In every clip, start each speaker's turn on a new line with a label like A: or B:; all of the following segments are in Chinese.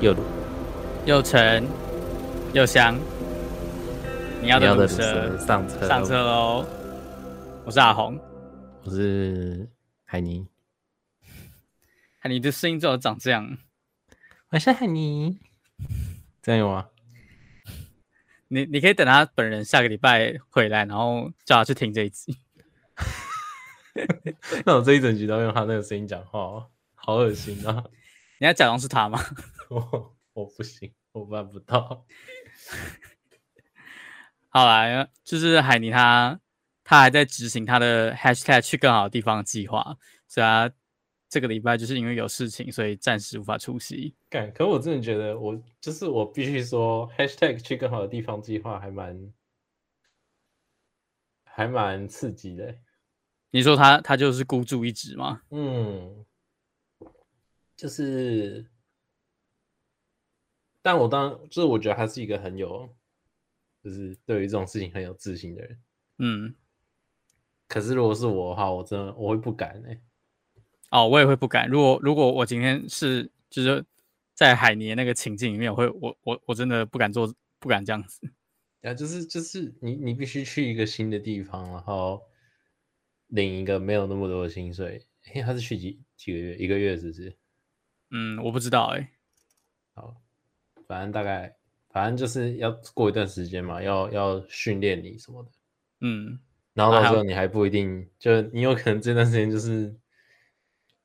A: 又
B: 又沉又香。你要
A: 你要的
B: 的毒
A: 毒
B: 蛇
A: 蛇上车，
B: 上车喽！我是阿红，
A: 我是海尼，
B: 哎你的声音怎么长这样？
A: 我是海尼，这样有吗？
B: 你你可以等他本人下个礼拜回来，然后叫他去听这一集。
A: 那我这一整集都用他那个声音讲话、哦，好恶心啊！
B: 你要假装是他吗？
A: 我我不行，我办不到。
B: 好啦，就是海尼他他还在执行他的 hashtag 去更好的地方计划，所以他这个礼拜就是因为有事情，所以暂时无法出席。
A: 干，可我真的觉得我就是我必须说，#hashtag 去更好的地方计划还蛮还蛮刺激的欸。
B: 你说他他就是孤注一掷吗？
A: 嗯，就是，但我当就是我觉得他是一个很有，就是对于这种事情很有自信的人。
B: 嗯，
A: 可是如果是我的话，我真的我会不敢哎、
B: 哦，我也会不敢。如果如果我今天是就是在海尼的那个情境里面，我会我我我真的不敢做，不敢这样子。
A: 啊，就是就是你你必须去一个新的地方，然后领一个没有那么多的薪水。诶，他是去几几个月？一个月是不是？
B: 嗯，我不知道哎、
A: 好，反正大概反正就是要过一段时间嘛，要要训练你什么的。
B: 嗯，
A: 然后
B: 啊
A: 到
B: 还
A: 时
B: 有
A: 候你还不一定，就你有可能这段时间就是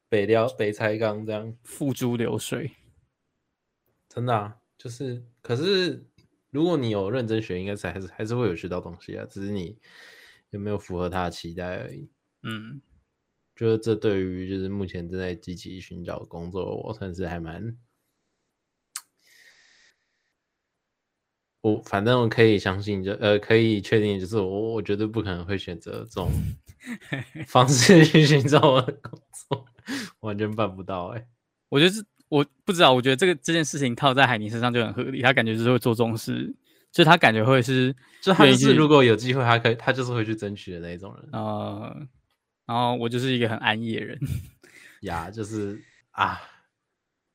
A: 北料北拆钢这样，
B: 付诸流水。
A: 真的啊，就是可是如果你有认真学，应该是还是还是会有学到东西啊，只是你有没有符合他的期待而已。
B: 嗯，
A: 就是这对于就是目前正在积极寻找工作的我，算是还蛮，我反正我可以相信就，呃可以确定，就是我我绝对不可能会选择这 种方式去寻找我的工作，完全办不到哎、
B: 我觉得是我不知道，我觉得这个这件事情套在海尼身上就很合理，他感觉就是会做这种事，就是他感觉会是
A: 就他就
B: 愿意
A: 是
B: 去
A: 如果有机会，他可以他就是会去争取的那一种人
B: 呃，然后我就是一个很安逸的人，
A: 呀，就是啊，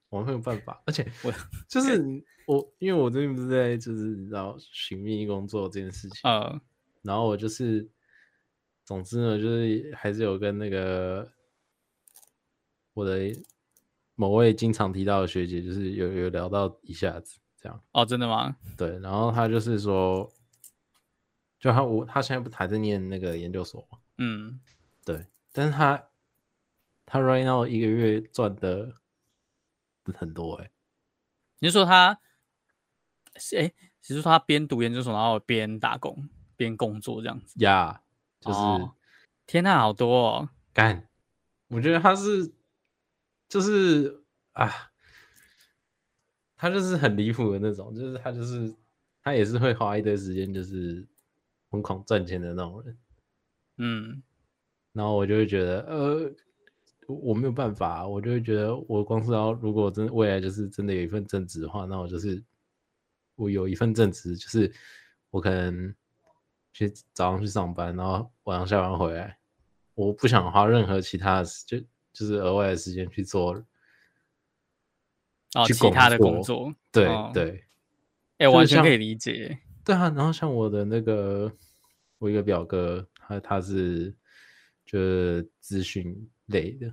A: 我没有办法，而且
B: 我
A: 就是我，因为我最近不是在就是你知道寻觅工作这件事情。
B: 呃，
A: 然后我就是，总之呢，就是还是有跟那个我的某位经常提到的学姐，就是有有聊到一下子这样，
B: 哦，真的吗？
A: 对，然后她就是说，就她我她现在不还在念那个研究所嘛，
B: 嗯，
A: 对，但是她她 right now 一个月赚的很多哎、
B: 你是说他是哎，其实他边读研究所，然后边打工边工作这样子，
A: 呀、就是。
B: 哦天呐，好多哦，
A: 干，我觉得他是，就是啊，他就是很离谱的那种，就是他就是他也是会花一堆时间，就是疯狂赚钱的那种人。
B: 嗯，
A: 然后我就会觉得，呃，我我没有办法，啊我就会觉得，我光是要如果真未来就是真的有一份正职的话，那我就是我有一份正职，就是我可能去早上去上班，然后晚上下班回来，我不想花任何其他的时就就是额外的时间去做，
B: 哦，
A: 去
B: 其他的工
A: 工
B: 作，
A: 对、
B: 哦
A: 对
B: 哎，
A: 就是
B: 完全
A: 像
B: 可以理解，
A: 对啊。然后像我的那个我一个表哥，他他是就是咨询类的，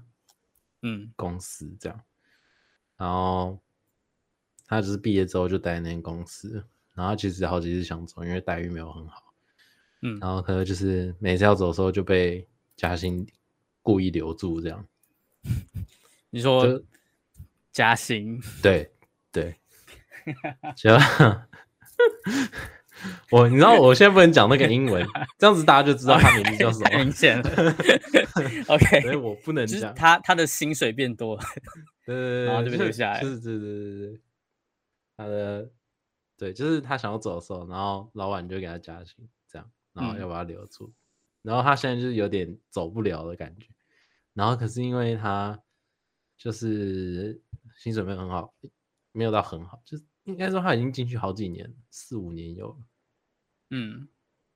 B: 嗯
A: 公司这样，然后他就是毕业之后就待那间公司，然后他其实好几次想走，因为待遇没有很好，
B: 嗯，
A: 然后可能就是每次要走的时候就被嘉兴故意留住这样，
B: 你说
A: 就
B: 加薪，
A: 对对，就 我你知道我现在不能讲那个英文，这样子大家就知道他名字叫什
B: 太 明
A: 么，
B: 显了
A: 所以
B: ，OK，
A: 我不能
B: 哎就是
A: 讲，
B: 他他的薪水变多了，
A: 对对对，
B: 然后就被
A: 就
B: 留下来
A: 就是对对对对对，他的对，就是他想要走的时候，然后老板就给他加薪，这样，然后要
B: 嗯
A: 把他留住。然后他现在就是有点走不了的感觉，然后可是因为他就是薪水没有很好，没有到很好，就是应该说他已经进去好几年，四五年有了。
B: 嗯，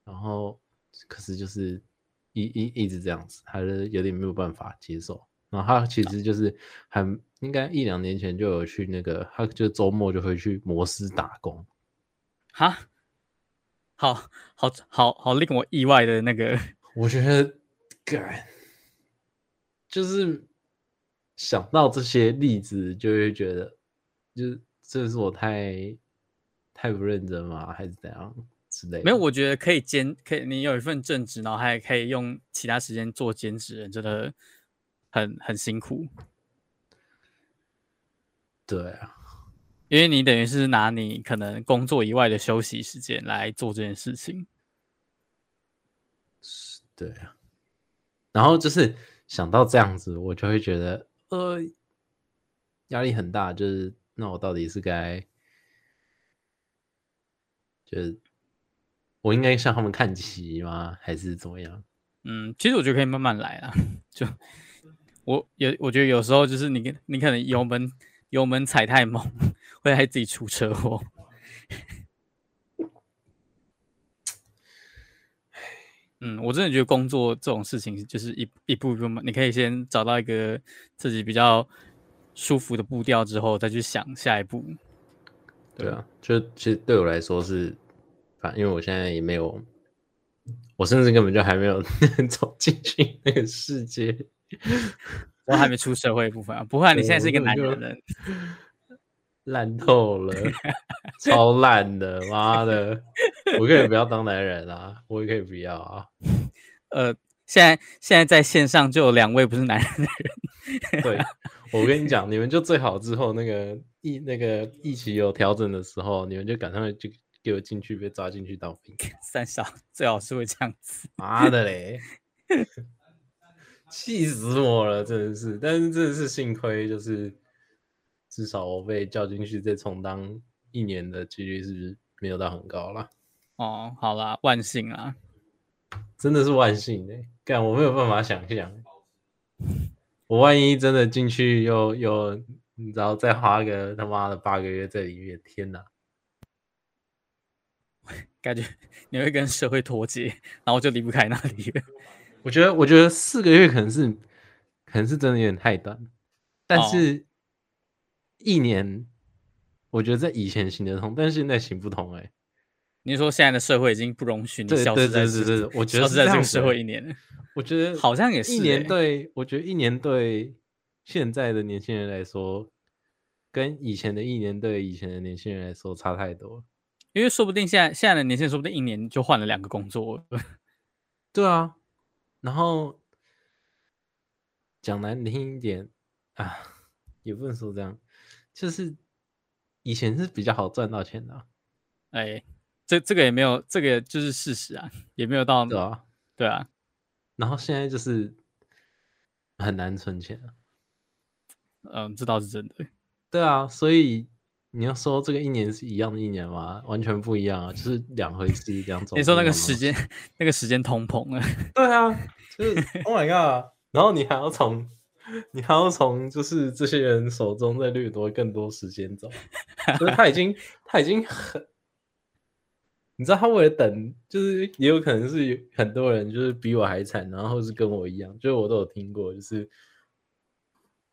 A: 然后可是就是一一一直这样子，他就有点没有办法接受。然后他其实就是还，因应该一两年前就有去那个，他就周末就会去摩斯打工。
B: 哈，好好好好令我意外的那个，
A: 我觉得，干，就是想到这些例子，就会觉得，就是这是我太太不认真吗？还是怎样之类的？
B: 没有，我觉得可以兼，可以你有一份正职，然后还可以用其他时间做兼职，人真的很很辛苦，
A: 对啊，
B: 因为你等于是拿你可能工作以外的休息时间来做这件事情。
A: 对啊。然后就是想到这样子，我就会觉得，呃，压力很大。就是那我到底是该，就是我应该向他们看齐吗？还是怎么样？
B: 嗯，其实我觉得可以慢慢来啦。 就我有，我觉得有时候就是你跟你可能油门油门踩太猛，会害自己出车祸。嗯，我真的觉得工作这种事情就是一一步一步嘛，你可以先找到一个自己比较舒服的步调之后，再去想下一步。
A: 对啊，就其实对我来说是，反因为我现在也没有，我甚至根本就还没有 走进去那个世界。
B: 我还没出社会的部分啊，不会啊，你现在是一个
A: 对我
B: 男
A: 就
B: 人，
A: 烂透了，超烂的，妈的！我可以不要当男人啊，我也可以不要啊。
B: 呃，现在现在在线上就有两位不是男人的人。
A: 对，我跟你讲，你们就最好之后那个疫那个疫情有调整的时候，你们就赶上就给我进去被抓进去当兵，
B: 三小最好是会这样子。
A: 妈的嘞！气死我了，真的是，但是真的是幸亏，就是至少我被叫进去再充当一年的几率是没有到很高啦。
B: 哦，好啦，万幸啦。
A: 真的是万幸哎、干我没有办法想象，欸我万一真的进去又又，你知道再花个他妈的八个月在里面，天哪！
B: 感觉你会跟社会脱节，然后就离不开那里了。
A: 我觉得我觉得四个月可能是可能是真的有点太短，但
B: 哦
A: 是一年，我觉得在以前行得通，但是现在行不通哎、
B: 你是说现在的社会已经不容许你
A: 对
B: 消
A: 对
B: 失在
A: 对对
B: 这
A: 对我觉得
B: 消
A: 是
B: 失在
A: 这
B: 这
A: 样
B: 个
A: 子欸
B: 社
A: 的
B: 会一年 了，
A: 我觉得
B: 好像也是
A: 一年
B: 欸
A: 对，我觉得一年对现在的年轻人来说，跟以前的一年对以前的年轻人来说差太多了。
B: 因为说不定现在现在的年轻人，说不定一年就换了两个工作了。
A: 对啊，然后讲难听一点啊，也不能说这样，就是以前是比较好赚到钱的啊、
B: 哎，这这个也没有，这个就是事实啊，也没有到
A: 对啊，
B: 对啊，
A: 然后现在就是很难存钱啊。
B: 嗯，这倒是真的。
A: 对啊，所以你要说这个一年是一样的一年吗？完全不一样啊，就是两回事，两种。
B: 你说那个
A: 啊
B: 时间， 那个时间通膨了，
A: 对啊，就是 Oh my God！然后你还要从，你还要从就是这些人手中再掠夺更多时间走，就是他已经他已经很，你知道他为了等，就是也有可能是有很多人就是比我还惨，然后是跟我一样，就是我都有听过，就是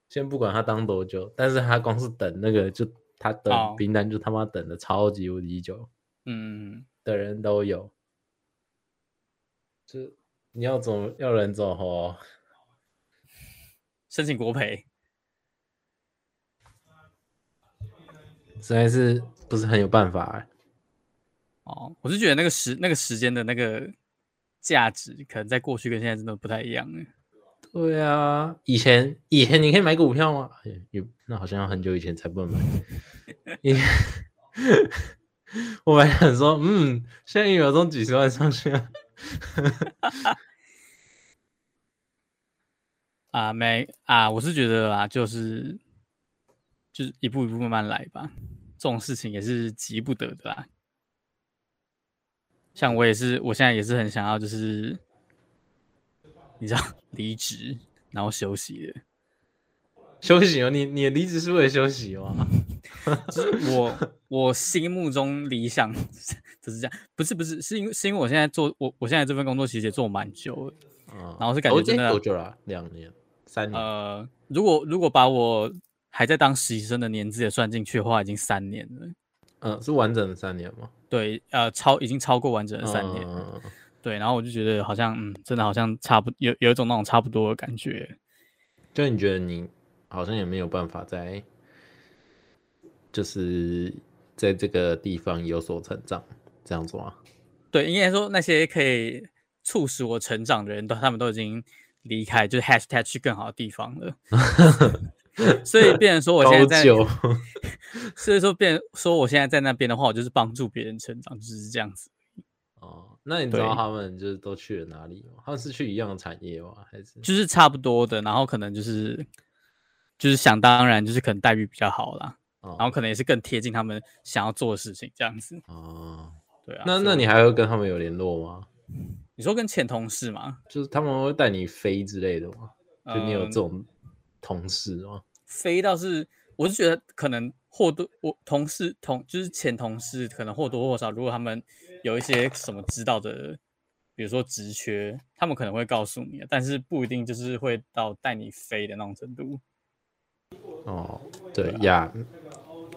A: 先不管他当多久，但是他光是等那个就他
B: 哦
A: 等名单就他妈等的超级无敌久。
B: 嗯，
A: 的人都有，就你要怎么要人怎么活？
B: 申请国赔，
A: 实在是不是很有办法、欸。
B: 哦，我是觉得那个时那个时间的那个价值，可能在过去跟现在真的不太一样了。
A: 对啊，以前以前你可以买股票吗？也也那好像要很久以前才不能买。以前 我本来想说，嗯，现在一秒钟几十万上去啊。
B: 啊，没啊，我是觉得啦，就是就是一步一步慢慢来吧，这种事情也是急不得的啦。像我也是，我现在也是很想要，就是你知道离职，然后休息的。
A: 休息哦，你你的离职是为了休息哦 吗？
B: 就是我我心目中理想 就是这样，不是不是，是因为是因为我现在做我我现在这份工作其实也做蛮久了。
A: 嗯
B: 然后是感觉
A: 哦
B: 真
A: 诶
B: 的呃
A: 多久了啊？两年、三年？
B: 呃，如果如果把我还在当实习生的年资也算进去的话，已经三年了。
A: 嗯、是完整的三年吗？
B: 对，呃，超已经超过完整的呃三年。
A: 嗯嗯嗯
B: 对，然后我就觉得好像，嗯，真的好像差不有有一种那种差不多的感觉。
A: 就你觉得你好像也没有办法在，就是在这个地方有所成长，这样做吗？
B: 对，应该说那些可以促使我成长的人都，他们都已经离开，就是 hashtag 去更好的地方了。 所以变成说我现在 在，
A: 高就
B: 所以说变成说我现在在那边的话，我就是帮助别人成长，就是这样子。
A: 哦，那你知道
B: 对
A: 他们就是都去了哪里吗？他们是去一样的产业吗？还是
B: 就是差不多的，然后可能就是就是想当然，就是可能待遇比较好啦，
A: 哦
B: 然后可能也是更贴近他们想要做的事情这样子。
A: 哦，
B: 对啊，
A: 那
B: 所以
A: 那
B: 我
A: 你还会跟他们有联络吗？
B: 你说跟前同事嘛，
A: 就是他们会带你飞之类的吗？就你有
B: 嗯
A: 这种同事吗？
B: 飞倒是，我是觉得可能或多我同事同就是前同事，可能或多或少，如果他们有一些什么知道的，比如说职缺，他们可能会告诉你，啊但是不一定就是会到带你飞的那种程度。
A: 哦，对
B: 啊
A: 呀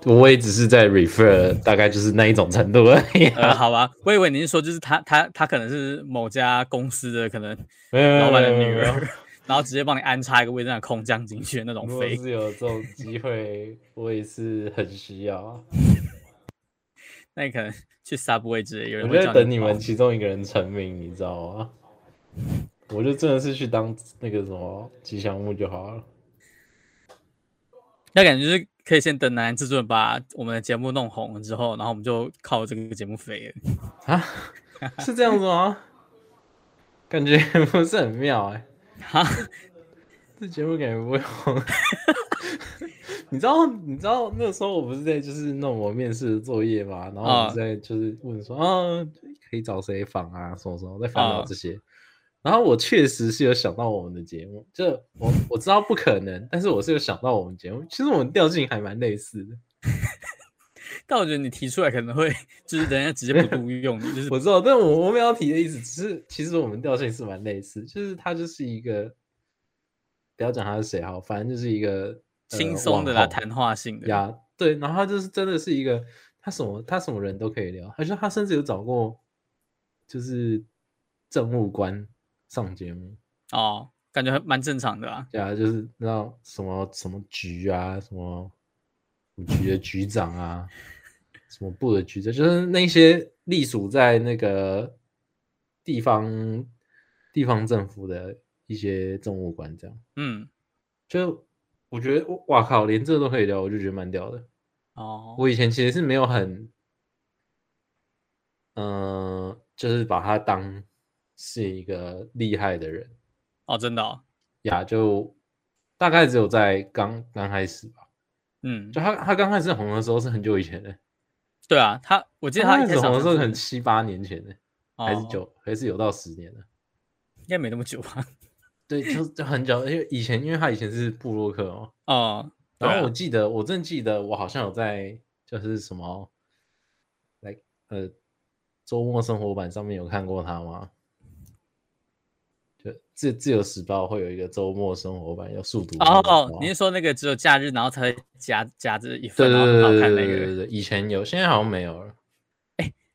A: 我也只是在 refer，大概就是那一种程度而已、
B: 呃，好吧，我以为你是说就是他他他可能是某家公司的可能
A: 没有
B: 老板的女
A: 没有没有
B: 儿，然后直接帮你安插一个位置，让你空降进去的那种
A: 如果
B: 飞。
A: 是有这种机会，我也是很需要啊。
B: 那你可能去 Subway 之类，有人
A: 我
B: 会
A: 在
B: 叫
A: 等你
B: 跑
A: 们其中一个人成名，你知道吗？我就真的是去当那个什么吉祥物就好了。
B: 那感觉就是可以先等南制作人把我们的节目弄红了之后，然后我们就靠这个节目飞了。
A: 啊，是这样子吗？感觉不是很妙哎、
B: 哈，
A: 这节目感觉不会红。 你知道，你知道那时候我不是在就是弄我面试的作业嘛，然后我
B: 啊
A: 们在就是问说啊，可以找谁访啊，什么什么，在烦恼
B: 啊
A: 这些。然后我确实是有想到我们的节目，就我我知道不可能，但是我是有想到我们节目。其实我们调性还蛮类似的，
B: 但我觉得你提出来可能会就是人家直接不录用你，就是
A: 我知道，但我我们要提的意思，只是其实我们调性是蛮类似，就是他就是一个，不要讲他是谁哈，反正就是一个
B: 轻松的啦，
A: 来谈。
B: 谈话性的。
A: 呀，对，然后他就是真的是一个，他什么他什么人都可以聊，而且他甚至有找过就是政务官上节目，
B: 哦，感觉还蛮正常的啊。
A: 对啊，就是那什么什么局啊，什么五局的局长啊，什么部的局长，就是那些隶属在那个地方地方政府的一些政务官，这样
B: 嗯，
A: 就我觉得哇靠，连这都可以聊，我就觉得蛮屌的。
B: 哦，
A: 我以前其实是没有很，嗯、就是把他当是一个厉害的人
B: 哦，真的、哦，
A: 呀，就大概只有在刚刚开始吧。
B: 嗯
A: 就，他他刚开始红的时候是很久以前的，
B: 对啊，他我记得他
A: 刚
B: 一
A: 开
B: 开
A: 始
B: 始
A: 红
B: 好
A: 的时候可
B: 像
A: 能
B: 是
A: 七八年前的，还是
B: 哦
A: 九还是有到十年的。
B: 应该没那么久 吧？
A: 对，就就很久，因为以前因为他以前是布洛克哦，
B: 哦，对
A: 然后
B: 啊
A: 我记得，我真的记得，我好像有在就是什么，来呃，周末生活版上面有看过他吗？就自自由时报会有一个周末生活版，有速读生活
B: 哦
A: 化，
B: 你是说那个只有假日然后才会夹夹着一
A: 对
B: 份，然后
A: 对
B: 很好
A: 对
B: 看
A: 对
B: 那
A: 对
B: 个
A: 对？对，以前有，现在好像没有了。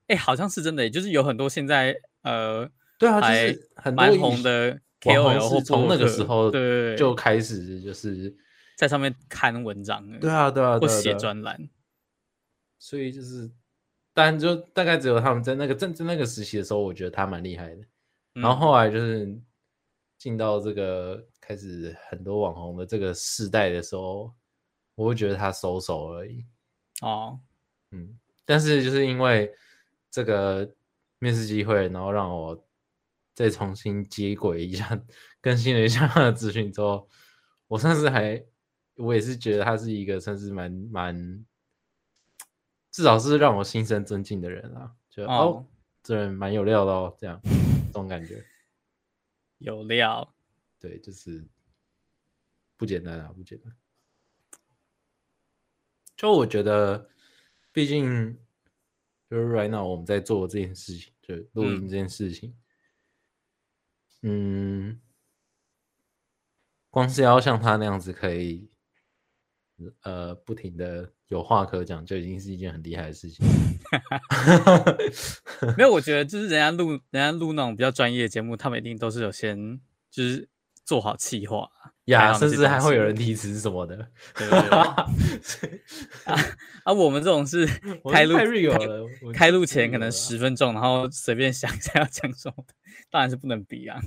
B: 哎、好像是真的耶，就是有很多现在呃
A: 对啊，就
B: 还
A: 是很多
B: 蛮
A: 以
B: 红的
A: 网
B: KOL
A: 红
B: 或
A: 是从那个时候
B: 对对对
A: 就开始就是
B: 在上面刊文章了，
A: 对啊对啊
B: 或
A: 对啊对
B: 写
A: 啊
B: 专栏，
A: 所以就是，但就大概只有他们在那个正在那个时期的时候，我觉得他蛮厉害的。然后
B: 嗯
A: 后来就是进到这个开始很多网红的这个世代的时候，我会觉得他收手而已。
B: 哦，
A: 嗯，但是就是因为这个面试机会，然后让我再重新接轨一下，更新了一下他的资讯之后，我算是还，我也是觉得他是一个算是蛮蛮，至少是让我心生尊敬的人啊，就哦
B: 哦
A: 这人蛮有料的哦，这样这种感觉，
B: 有料，
A: 对，就是不简单啊，不简单。就我觉得，毕竟就是 right now 我们在做这件事情，就录
B: 嗯
A: 音这件事情，嗯光是要像他那样子可以呃不停的有话可讲，就已经是一件很厉害的事情。
B: 没有，我觉得就是人家录人家录那种比较专业的节目，他们一定都是有先就是做好企划啊，
A: 呀，
B: 还好
A: 甚
B: 是
A: 至
B: 单
A: 还会有
B: 身
A: 人提词什么的。
B: 对不 对？啊，我们这种是
A: 我
B: 开
A: 是
B: 录
A: 太 real 了，我
B: 开录
A: 太
B: 前可
A: real 了
B: 能
A: 啊
B: 十分钟，然后随便想一下要讲什么，当然是不能比啊。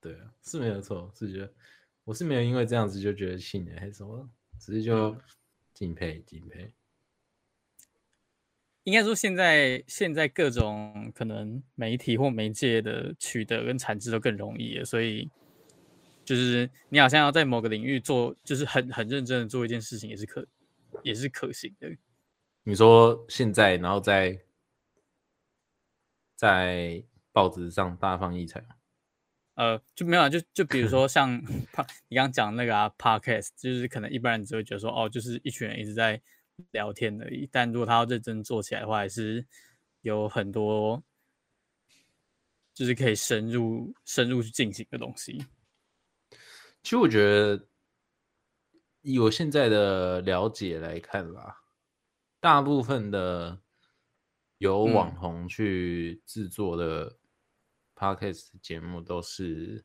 A: 对啊，是没有错，是觉得我是没有因为这样子就觉得气馁还是什么，只是就敬佩敬佩。
B: 应该说现在现在各种可能媒体或媒介的取得跟产制都更容易了，所以就是你好像要在某个领域做，就是很很认真的做一件事情，也是可也是可行的。
A: 你说现在，然后再在报纸上大放异彩吗，
B: 呃，就没有啊，就就比如说像 pa- 你刚刚讲那个啊，podcast，就是可能一般人只会觉得说，哦，就是一群人一直在聊天而已。但如果他要认真做起来的话，还是有很多就是可以深入深入去进行的东西。
A: 其实我觉得，以我现在的了解来看啦，大部分的由网
B: 嗯
A: 红去制作的 podcast 节目都是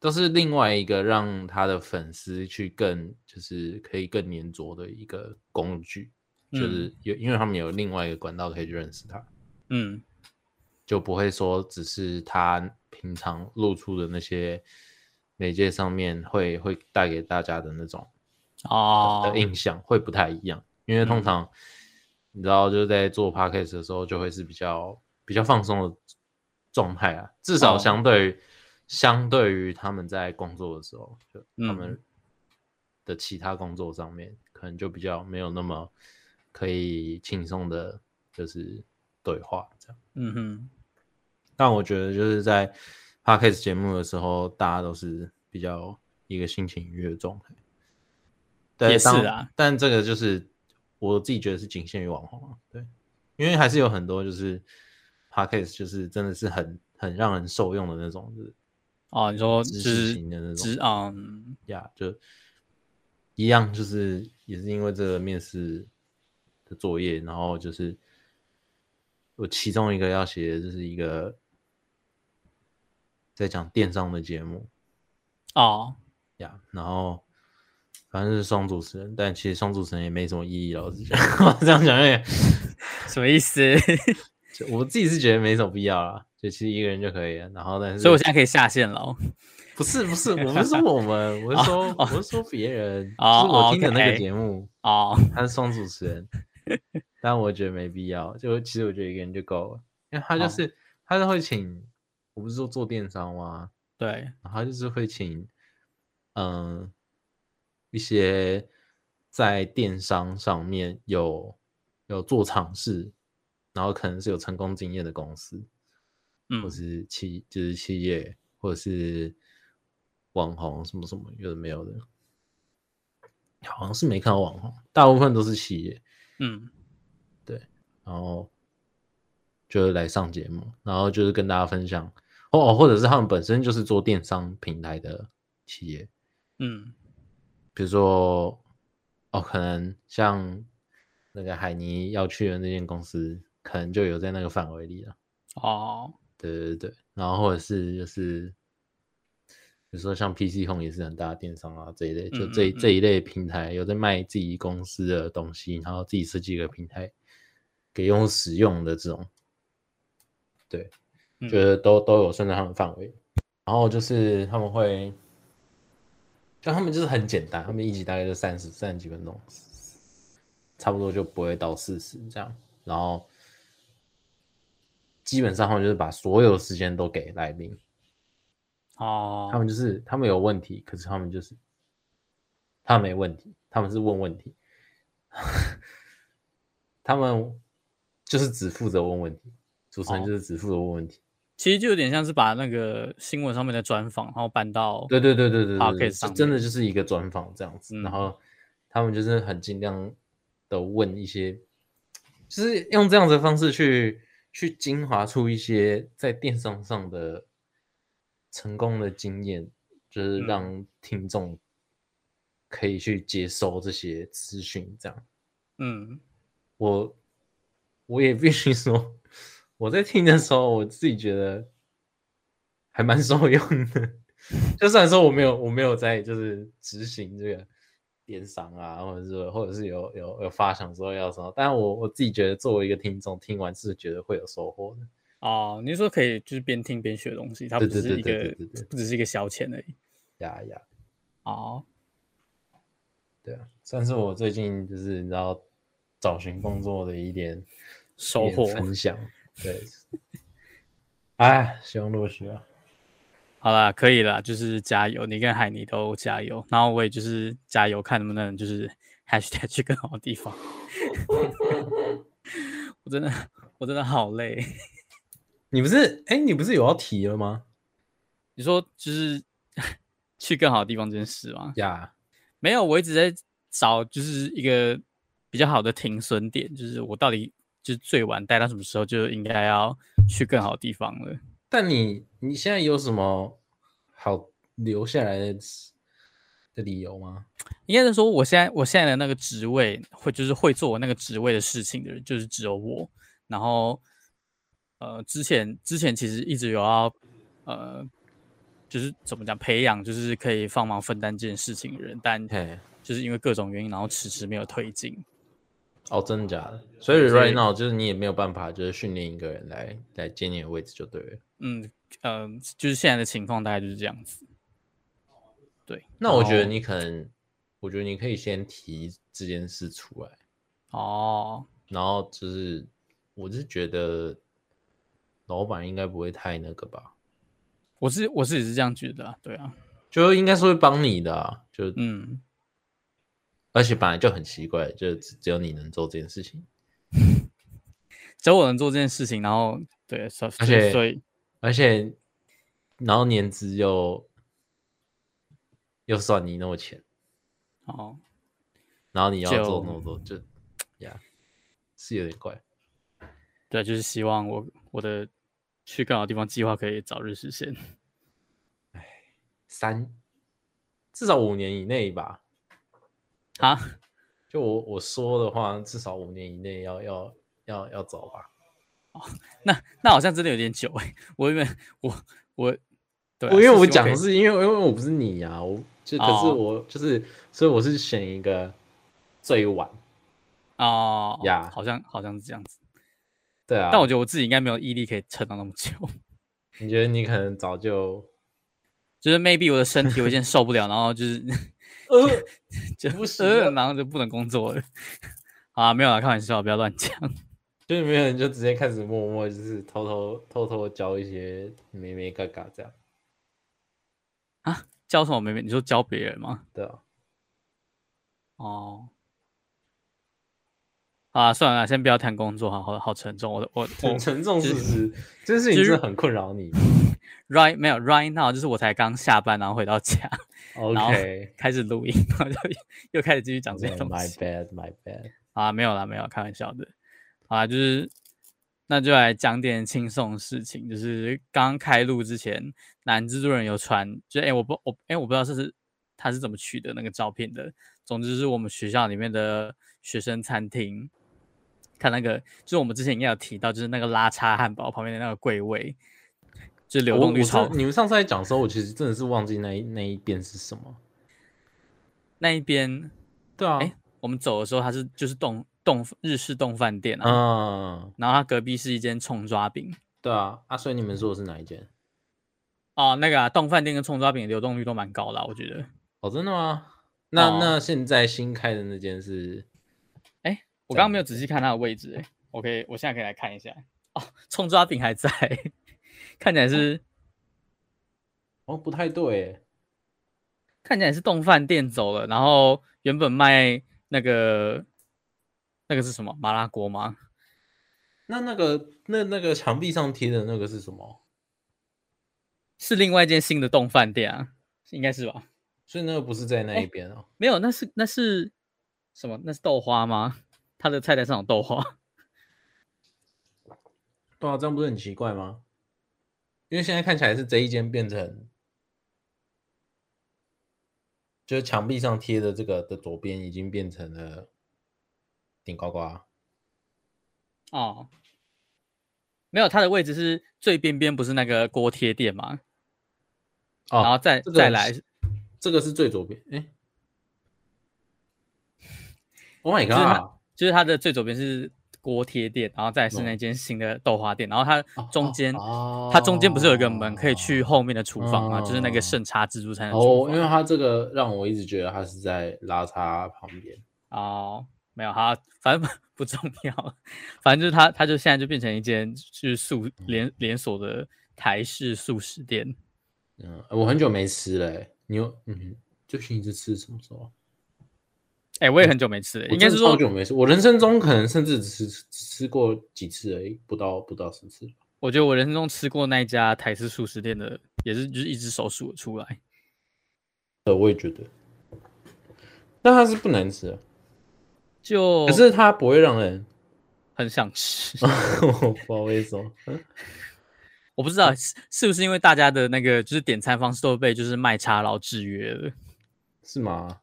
A: 都是另外一个让他的粉丝去更就是可以更粘着的一个工具，就是有因为他们有另外一个管道可以去认识他。
B: 嗯
A: 就不会说只是他平常露出的那些媒介上面会会带给大家的那种
B: 哦
A: 的印象会不太一样，因为通
B: 嗯
A: 常你知道就是在做 podcast 的时候就会是比较比较放松的状态啊，至少
B: 哦
A: 相对于、相对于他们在工作的时候，就他们
B: 嗯
A: 的其他工作上面可能就比较没有那么可以轻松的，就是对话这样。
B: 嗯哼，
A: 但我觉得就是在 podcast 节目的时候，大家都是比较一个心情愉悦的状态。对，
B: 也是
A: 当
B: 啊，
A: 但这个就是我自己觉得是仅限于网红啊，对，因为还是有很多就是 podcast 就是真的是很很让人受用的那种，就是
B: 哦，你说
A: 知
B: 就
A: 识
B: 是
A: 型的那种
B: 知嗯
A: 呀就一样，就是也是因为这个面试的作业，然后就是我其中一个要写的就是一个在讲电商的节目
B: 哦，
A: 呀然后反正是双主持人，但其实双主持人也没什么意义，老实讲， 我这样讲也，
B: 什么意思？
A: 就我自己是觉得没什么必要啦，就其实一个人就可以了，然后但是
B: 所以我现在可以下线了哦。
A: 不是不是，我不是说我们，我是说、我是说别人，
B: 哦
A: 就是我
B: 哦
A: 听的那个
B: ，OK
A: 节目。
B: 哦，
A: 他是双主持人，但我觉得没必要。就其实我觉得一个人就够了，因为他就
B: 哦
A: 是、他是会请，我不是说做电商吗？
B: 对，
A: 然后他就是会请，嗯、一些在电商上面有有做尝试，然后可能是有成功经验的公司，
B: 嗯
A: 或是企就是企业，或者是网红什么什么有的没有的，好像是没看到网红，大部分都是企业，
B: 嗯
A: 然后就是来上节目，然后就是跟大家分享，哦，或者是他们本身就是做电商平台的企业，
B: 嗯
A: 比如说哦，可能像那个海尼要去的那间公司，可能就有在那个范围里了。
B: 哦。
A: 对对对，然后或者是就是，比如说像 PC Home 也是很大的电商啊这一类，就
B: 嗯
A: 这一
B: 嗯嗯
A: 这一类平台有在卖自己公司的东西，然后自己设计一个平台给用户使用的这种，对，
B: 嗯
A: 觉得都都有算在他们范围。然后就是他们会，就他们就是很简单，他们一集大概就三十三十几分钟，差不多就不会到四十这样。然后基本上他们就是把所有的时间都给来宾，
B: 哦，
A: 他们就是他们有问题，可是他们就是他没问题，他们是问问题， 他们就是只负责问问题，主持人
B: 哦
A: 就是只负责问问题。
B: 其实就有点像是把那个新闻上面的专访，然后搬到
A: 对对对对对对
B: 哦 podcast
A: 对，是
B: 上
A: 真的
B: 面
A: 就是一个专访这样子，
B: 嗯
A: 然后他们就是很尽量的问一些，就是用这样子的方式去去精华出一些在电商上的成功的经验，就是
B: 嗯
A: 让听众可以去接收这些资讯。这样，
B: 嗯，
A: 我我也必须说， 我在听的时候，我自己觉得还蛮受用的。 就虽然说我没有我没有在就是执行这个电商啊，或者是或者是有有有发想说要什么，但我我自己觉得作为一个听众，听完是觉得会有收获的。
B: 哦，你是说可以就是边听边学东西，它不
A: 对
B: 只
A: 对
B: 是
A: 对
B: 一
A: 对
B: 个
A: 对对对
B: 不只是一个消遣而已。
A: 呀呀，
B: 哦，
A: 对啊，算是我最近就是你知道找寻工作的一点
B: 收
A: 一点
B: 获
A: 分享。对， 哎，希望落实啊。
B: 好啦，可以啦，就是加油，你跟海尼都加油，然后我也就是加油，看能不能就是 hashtag 去更好的地方。 我真的，我真的好累。
A: 你不是哎，你不是有要提了吗？
B: 你说就是 去更好的地方这件事吗？
A: 呀、
B: 没有，我一直在找就是一个比较好的停损点，就是我到底就是最晚待到什么时候就应该要去更好的地方了。
A: 但你你现在有什么好留下来的的理由吗？
B: 应该是说，我现在我现在的那个职位会就是会做我那个职位的事情的人，就是只有我。然后，呃，之前之前其实一直有要，呃，就是怎么讲培养，就是可以帮忙分担这件事情的人，但
A: 嘿，
B: 就是因为各种原因，然后迟迟没有推进。
A: 哦，真的假的？所以
B: 所以
A: right now 就是你也没有办法，就是训练一个人来来接你的位置就对了。
B: 嗯呃，就是现在的情况大概就是这样子。对，
A: 那
B: 然
A: 我觉得
B: 后
A: 你可能，我觉得你可以先提这件事出来。
B: 哦，
A: 然后就是，我是觉得老板应该不会太那个吧，
B: 我是我自己是这样觉得、啊，对啊，
A: 就应该是会帮你的、啊，就、
B: 嗯，
A: 而且本来就很奇怪，就只只有你能做这件事情，
B: 只有我能做这件事情，然后对，所以
A: 而且
B: 所以
A: 而且然后年资又又算你那么浅，
B: 哦，
A: 然后你要
B: 就
A: 做那么多，就呀是有点怪。
B: 对，就是希望我我的去更好的地方计划可以早日实现。
A: 三至少五年以内吧，
B: 啊，
A: 就我我说的话，至少五年以内要要要要走吧。
B: 那那好像真的有点久哎、我因为我我对啊、
A: 我因为我
B: 希望
A: 讲
B: 可以
A: 的是因为因为我不是你呀、我就可是
B: 哦
A: 我就是，所以我是选一个最晚，
B: 哦，
A: 呀
B: 好像好像是这样子，
A: 对啊。
B: 但我觉得我自己应该没有毅力可以撑到那么久，
A: 你觉得你可能早就
B: 就是 maybe 我的身体有一点受不了，然后就是。
A: 呃，
B: 就
A: 不行
B: 呃
A: 了
B: 然后就不能工作了。好啊，没有啦，开玩笑，不要乱讲。
A: 就是没有人就直接开始默默就是偷偷偷偷教一些咩咩嘎嘎这样，
B: 教什么妹妹？你说教别人吗？
A: 对啊。
B: 哦，好啊，算了啦，先不要谈工作，好好好沉重。我的我 我
A: 很沉重
B: 就是
A: 不是？这件事情
B: 就是是
A: 很困扰 你。
B: right 没有 right now，就是我才刚下班，然后回到家后
A: OK，
B: 开始录音，然后就又又开始继续讲这些
A: OK，
B: 东
A: 哦 my
B: 西。
A: bad，my bad。
B: 好啊，没有啦，没有，开玩笑的。好啊，就是那就来讲点轻松的事情，就是刚开录之前，男制作人有传，就哎、诶我不我哎、我不知道这是他是怎么取得那个照片的，总之是我们学校里面的学生餐厅。看那个，就是我们之前应该有提到，就是那个拉叉汉堡旁边的那个柜位，就是流
A: 我
B: 动
A: 哦我
B: 率超
A: 是你们上次在讲的时候，我其实真的是忘记那一那一边是什么。
B: 那一边。
A: 对啊，
B: 哎我们走的时候，它是就是冻冻日式冻饭店啊，
A: 嗯，
B: 然后它隔壁是一间葱抓饼，
A: 对啊，啊，所以你们说的是哪一间？
B: 哦，那个啊，冻饭店跟葱抓饼的流动率都蛮高的啊、我觉得。
A: 哦，真的吗？那、
B: 哦
A: 那现在新开的那间是
B: 我
A: 这
B: 刚
A: 样
B: 刚没有仔细看它的位置、欸，我可以，我现在可以来看一下。哦，葱抓饼还在， 看起来是、
A: 哦，不太对耶，
B: 看起来是冻饭店走了，然后原本卖那个那个是什么麻辣锅吗？
A: 那那个那那个墙壁上贴的那个是什么？
B: 是另外一间新的冻饭店啊，应该是吧？
A: 所以那个不是在那一边哦。
B: 没有，那是那是什么？那是豆花吗？它的菜单上有豆花。
A: 对啊，这样不是很奇怪吗？因为现在看起来是这一间变成就是墙壁上贴的这个的左边已经变成了顶呱呱，
B: 哦，没有，它的位置是最边边，不是那个锅贴店吗？
A: 哦，
B: 然后再、
A: 这个
B: 再来
A: 是，这个是最左边， 哎，Oh my
B: 就是它
A: god！
B: 就是它的最左边是锅贴店，然后再是
A: 嗯
B: 那间新的豆花店，然后它中间、
A: 哦
B: 它中间不是有一个门可以去后面的厨房吗？就是那个
A: 嗯
B: 盛叉自助餐的厨
A: 哦，因
B: 房。
A: 为它这个让我一直觉得它是在拉差旁边。
B: 哦，没有，好，反正 不重要，反正就是它，它就现在就变成一间就是素连连锁的台式素食店。
A: 嗯，我很久没吃了欸、你有嗯，最近一次吃是什么时候啊？
B: 哎、我也很久没吃了，
A: 嗯我
B: 应该
A: 真
B: 是
A: 的
B: 说
A: 超久没吃，我人生中可能甚至只吃只吃过几次而已，不到不到十次。
B: 我觉得我人生中吃过那一家台式素食店的，也是就是一只手数得出来。
A: 对，我也觉得，但它是不难吃的，
B: 就
A: 可是它不会让人，，
B: 很想吃
A: 我不知道为什么。嗯
B: 我不知道是是不是因为大家的那个就是点餐方式都被就是卖叉佬制约了，
A: 是吗？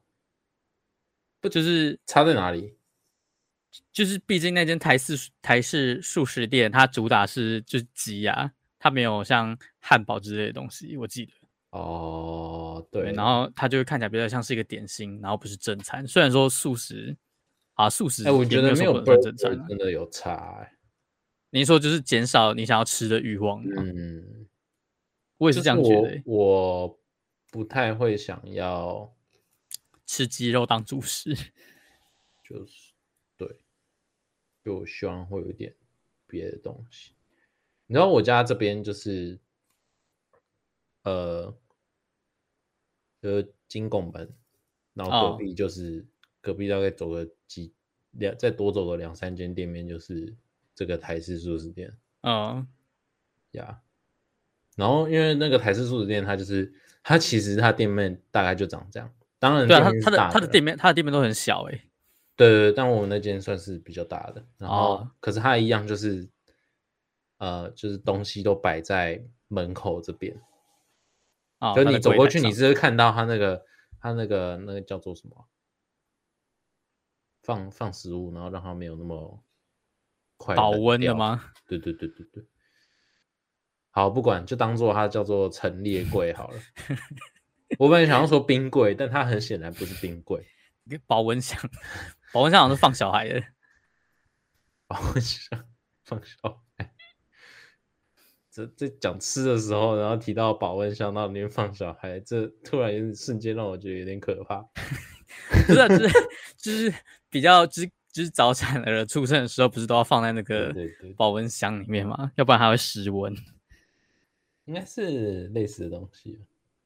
B: 不就是
A: 差在哪里？
B: 就是毕竟那间台式台式素食店它主打是就是鸡呀、它没有像汉堡之类的东西，我记得。
A: 哦，对，
B: 嗯然后它就会看起来比较像是一个点心，然后不是正餐。虽然说素食啊素食，
A: 哎、我觉得
B: 没
A: 没有
B: 说不能
A: burger
B: 算正餐、啊。
A: 真的有差、欸。
B: 你说就是减少你想要吃的欲望吗，
A: 嗯，
B: 我也
A: 就是
B: 这样觉得欸、
A: 我我不太会想要，
B: 吃鸡肉当主食。
A: 就是对，就我希望会有一点别的东西。你知道我家这边就是，呃，就是金拱门，然后
B: 哦
A: 隔壁就是、隔壁大概走个几两，再多走个两三间店面就是这个台式素食店。
B: 嗯，
A: 呀。然后因为那个台式素食店，它就是它其实它店面大概就长这样。当然，
B: 对
A: 店
B: 啊，它
A: 面
B: 它
A: 是
B: 的
A: 大
B: 它的店面它的店面都很小哎、
A: 对对，对但我们那间算是比较大的。然后，
B: 哦
A: 可是它一样就是，呃，就是东西都摆在门口这边，
B: 啊，
A: 就
B: 它
A: 你
B: 的
A: 走
B: 柜
A: 过
B: 台
A: 去，
B: 上
A: 你是会看到它那个它那个那个叫做什么啊，放放食物，然后让它没有那么快地
B: 保温的
A: 掉
B: 吗？
A: 对对对对对。好，不管就当做它叫做陈列柜 好了。我本来想要说冰柜，但它很显然不是冰柜。
B: 保温箱，保温箱好像是放小孩的。
A: 然后我想 放小孩，这这讲吃的时候，然后提到保温箱，那里面放小孩，这突然有点瞬间让我觉得有点可怕。
B: 不是、啊，就是就是比较就是就是早产儿出生的时候，不是都要放在那
A: 对
B: 个
A: 对对，
B: 保温箱里面吗？要不然它会失温。
A: 应该是类似的东西。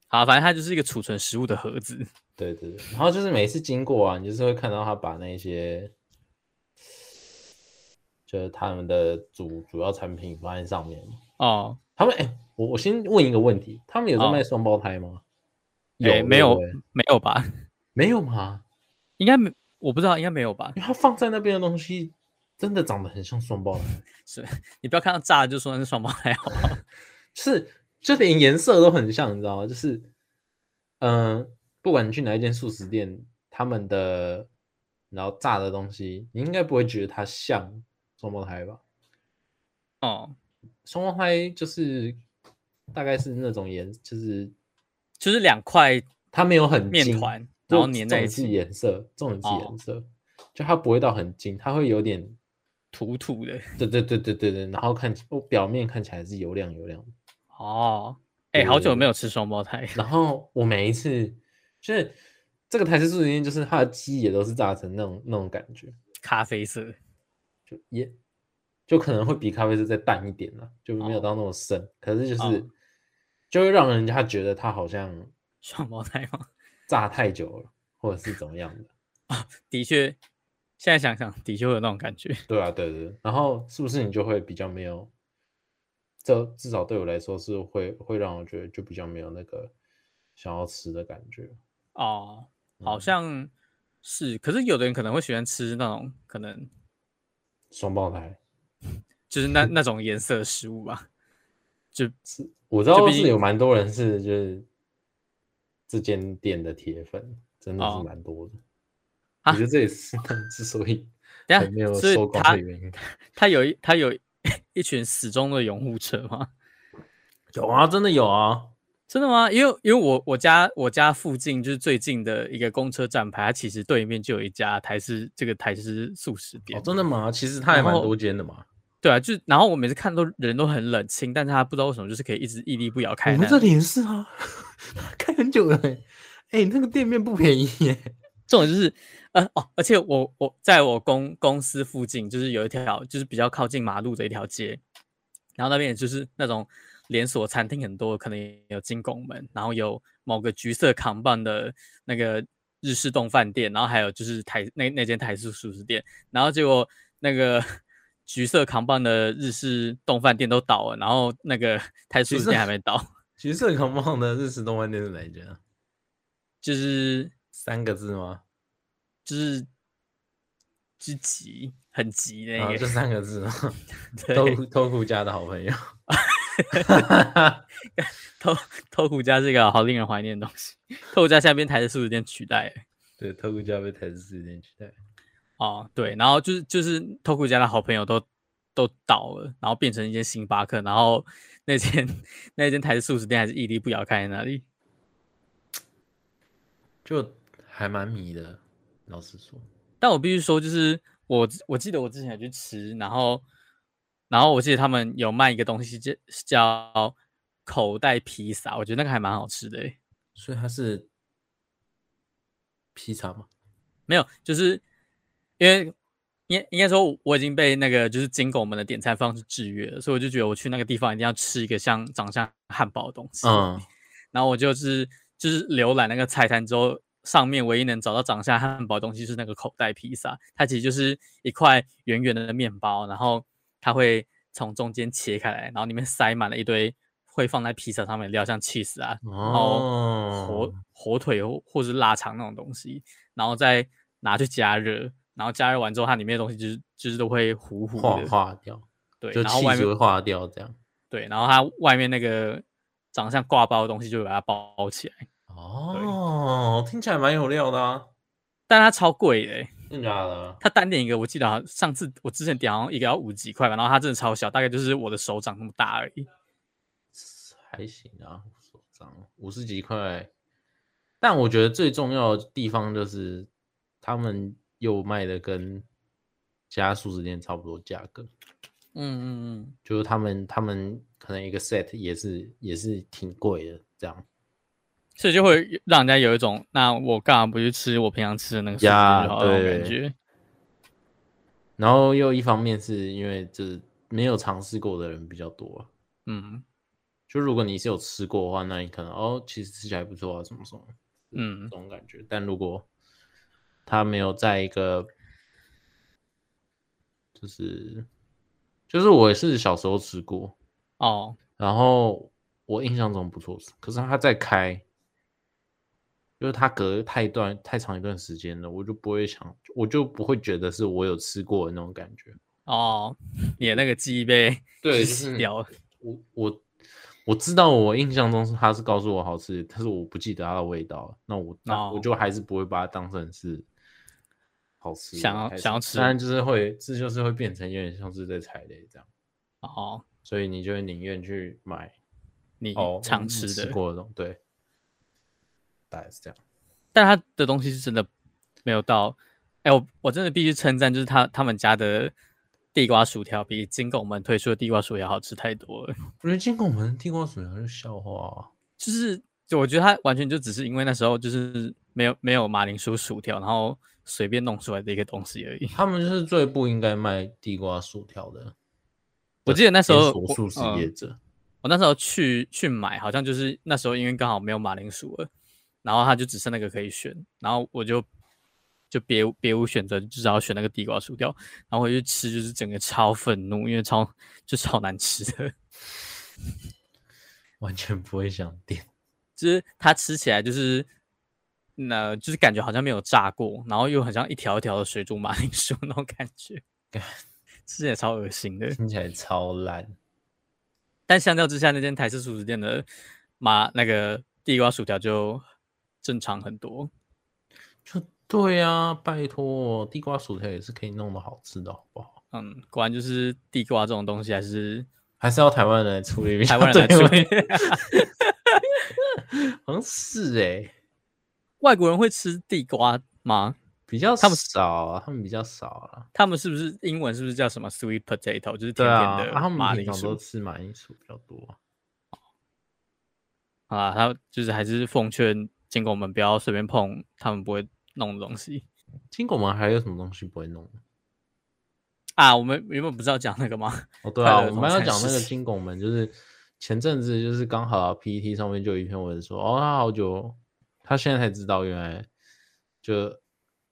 B: 好，反正它就是一个储存食物的盒子。
A: 对对对，然后就是每次经过啊，你就是会看到他把那些，就是他们的主主要产品放在上面嘛。
B: 哦，
A: 他们哎、我我先问一个问题，他们有在
B: 哦
A: 卖双胞胎吗？
B: 哎没有
A: 对不对
B: 没有吧？
A: 没有吗？
B: 应该没，我不知道，应该没有吧？
A: 因为他放在那边的东西真的长得很像双胞胎，
B: 你不要看到炸了就说那是双胞胎好不好？
A: 就是就连颜色都很像，你知道吗？就是嗯、呃不管你去哪一间素食店，他们的然后炸的东西，你应该不会觉得它像双胞胎吧？
B: 哦，
A: 双胞胎就是大概是那种颜，就是
B: 就是两块
A: 它没有很
B: 面
A: 金
B: 团
A: 就
B: 然后粘在
A: 重点
B: 一起
A: 是颜色，重点是
B: 哦
A: 颜色，就它不会到很金，它会有点，
B: 土土的。
A: 对对对对对对，然后看起哦表面看起来是油亮油亮的，
B: 哦，哎、好久没有吃双胞胎。
A: 然后我每一次就是这个台式素食店，就是它的鸡也都是炸成那种那种感觉，
B: 咖啡色。
A: 就也就可能会比咖啡色再淡一点啦，就没有
B: 哦
A: 到那么深，可是就是、
B: 哦
A: 就会让人家觉得它好像
B: 双胞胎吗？
A: 炸太久了，或者是怎么样的。
B: 的确，现在想想，的确会有那种感觉。
A: 对啊，对对对。然后是不是你就会比较没有？这至少对我来说是会会让我觉得就比较没有那个想要吃的感觉。
B: 哦，好
A: 嗯
B: 像是，可是有的人可能会喜欢吃那种可能
A: 双胞胎，
B: 就是 那那种颜色的食物吧。就是
A: 我知
B: 就
A: 道
B: 毕
A: 是
B: 竟
A: 有蛮多人是就是这间店的铁粉，真的是
B: 哦
A: 蛮多的。
B: 啊
A: 我觉得这也是他们之所 啊以
B: 等
A: 还没有
B: 下，所以
A: 收光
B: 他
A: 的原因。
B: 他有一他有 一群死忠的拥护者吗？
A: 有啊，真的有 啊。
B: 真的吗？因为因为我我家我家附近就是最近的一个公车站牌，它其实对面就有一家台式这个台式素食店。
A: 哦，真的吗？其实他还
B: 然
A: 蛮
B: 后
A: 多间的嘛。
B: 对啊，就是然后我每次看都人都很冷清，但是他不知道为什么就是可以一直屹立不摇开。
A: 我们这里也是啊， 开很久了、欸。哎、那个店面不便宜耶、
B: 这种就是呃哦，而且我我在我公公司附近就是有一条就是比较靠近马路的一条街，然后那边也就是那种连锁餐厅很多，可能也有金拱门，然后有某个橘色扛棒的那个日式冻饭店，然后还有就是台那那间台式熟食店，然后结果那个 橘色扛棒的日式冻饭店都倒了，然后那个 台
A: 橘
B: 式熟食
A: 色
B: 店还没倒，
A: 橘色扛棒的日式动漫店是哪一间啊？
B: 就是
A: 三个字吗？
B: 就是之急很急那
A: 啊，
B: 个，
A: 就三个 字啊。
B: 对
A: 偷偷库家的好 朋友。
B: 偷偷虎家这个好令人怀念的东西，偷虎家现在被台式素食店取代了。
A: 对，偷库家被台式四点取代。
B: 哦，对，然后就是就是偷虎家的好朋友都都倒了，然后变成一间星巴克，然后那间那间台式素食店还是屹立不摇开在那里。
A: 就还蛮迷的，老实说。
B: 但我必须说，就是我我记得我之前有去吃，然后然后我记得他们有卖一个东西叫叫口袋披萨，我觉得那个还蛮好吃的欸。
A: 所以它是披萨吗？
B: 没有，就是因为应应该说，我已经被那个就是金拱门的点餐方式制约了，所以我就觉得我去那个地方一定要吃一个像长相汉堡的东 西。，
A: 嗯，
B: 然后我就是就是浏览那个菜单之后，上面唯一能找到长相汉堡的东西是那个口袋披萨，它其实就是一块圆圆的面包，然后它会从中间切开来，然后里面塞满了一堆会放在披萨上面的料，像 cheese 啊，然后火
A: 哦，
B: 火腿或或是腊肠那种东西，然后再拿去加热，然后加热完之后，它里面的东西就是就是都会糊糊
A: 化
B: 的，
A: 化掉，
B: 对，
A: 就
B: 然后
A: 气
B: 外
A: 就会
B: 面
A: 化掉这样。
B: 对，然后它外面那个长相挂包的东西就会把它包起来，
A: 哦，听起来蛮有料的啊，
B: 但它超贵的欸、
A: 真的假啊的？
B: 它单点一个我记得好像上次我之前点好像一个要五几块吧，然后它真的超小，大概就是我的手掌那么大而已。
A: 还行啊，手账五十几块。但我觉得最重要的地方就是，他们又卖的跟其他素食店差不多价格，
B: 嗯嗯
A: 就是他们他们可能一个 set 也是也是挺贵的这样。
B: 所以就会让人家有一种，那我干嘛不去吃我平常吃的那个素食
A: 呀
B: 就好了那种感
A: 对
B: 觉？
A: 然后又一方面是因为这没有尝试过的人比较多啊、
B: 嗯
A: 就如果你是有吃过的话，那你可能哦，其实吃起来不错啊，什么什么，
B: 嗯
A: 这，种感觉。但如果他没有在一个，就是就是我也是小时候吃过，
B: 哦，
A: 然后我印象中不错，可是他在开，就是他隔太段太长一段时间了，我就不会想，我就不会觉得是我有吃过的那种感觉。
B: 哦，你的那个记忆被
A: 对就
B: 洗
A: 是
B: 掉了。
A: 我我我知道，我印象中是他是告诉我好吃，但是我不记得它的味道了。那我那、
B: 哦
A: 我就还是不会把它当成是好吃的
B: 想要
A: 开始
B: 想要吃
A: 当然就是会，这就是会变成有点像是在踩雷这样，
B: 哦，
A: 所以你就会宁愿去买
B: 你
A: 哦
B: 常
A: 你
B: 吃
A: 吃
B: 的，
A: 过的东对，大概是这样。
B: 但他的东西是真的没有到。哎、我我真的必须称赞，就是他他们家的地瓜薯条比金拱门推出的地瓜薯条好吃太多了。
A: 我觉得经过我们听过什么是笑话、啊，
B: 就是就我觉得他完全就只是因为那时候就是没有没有马铃薯薯条，然后随便弄出来的一个东西而已。
A: 他们就是最不应该卖地瓜薯条的。
B: 我记得那时候
A: 连
B: 我
A: 锁素食
B: 嗯
A: 业者，
B: 我那时候去去买，好像就是那时候因为刚好没有马铃薯了，然后它就只剩那个可以选，然后我就就别无别无选择，就只好选那个地瓜薯条，然后我就吃，就是整个超愤怒，因为超就超难吃的，
A: 完全不会想点。
B: 就是它吃起来就是。那就是感觉好像没有炸过，然后又很像一条一条的水煮马铃薯那种感觉，吃起来超恶心的。
A: 听起来超烂。
B: 但相较之下，那间台式素食店的马那个地瓜薯条就正常很多。
A: 就对啊，拜托，地瓜薯条也是可以弄得好吃的，好不好？
B: 嗯，果然就是地瓜这种东西还是
A: 还是要台湾人来处理比较
B: 台湾人来
A: 对
B: 处
A: 味
B: 理。
A: 好像是哎、
B: 外国人会吃地瓜吗？
A: 比较
B: 他们
A: 少啊，他们比较少啊。
B: 他们是不是英文是不是叫什么 sweet potato？就是
A: 对
B: 甜
A: 啊，
B: 甜
A: 啊
B: 的
A: 他
B: 马
A: 们平
B: 铃
A: 常都
B: 薯
A: 吃马铃薯比较多。
B: 啊。他就是还是奉劝尽管我们不要随便碰他们不会弄的东西
A: 金狗们还有什么东西不会弄？
B: 啊。我们原本不是要讲那个吗？
A: 哦，对
B: 快
A: 啊，
B: 乐
A: 我们要
B: 童餐
A: 讲那
B: 时
A: 个
B: 期
A: 金拱门，就是前阵子就是刚好啊 PPT 上面就有一篇文说，哦，他好久，他现在才知道原来就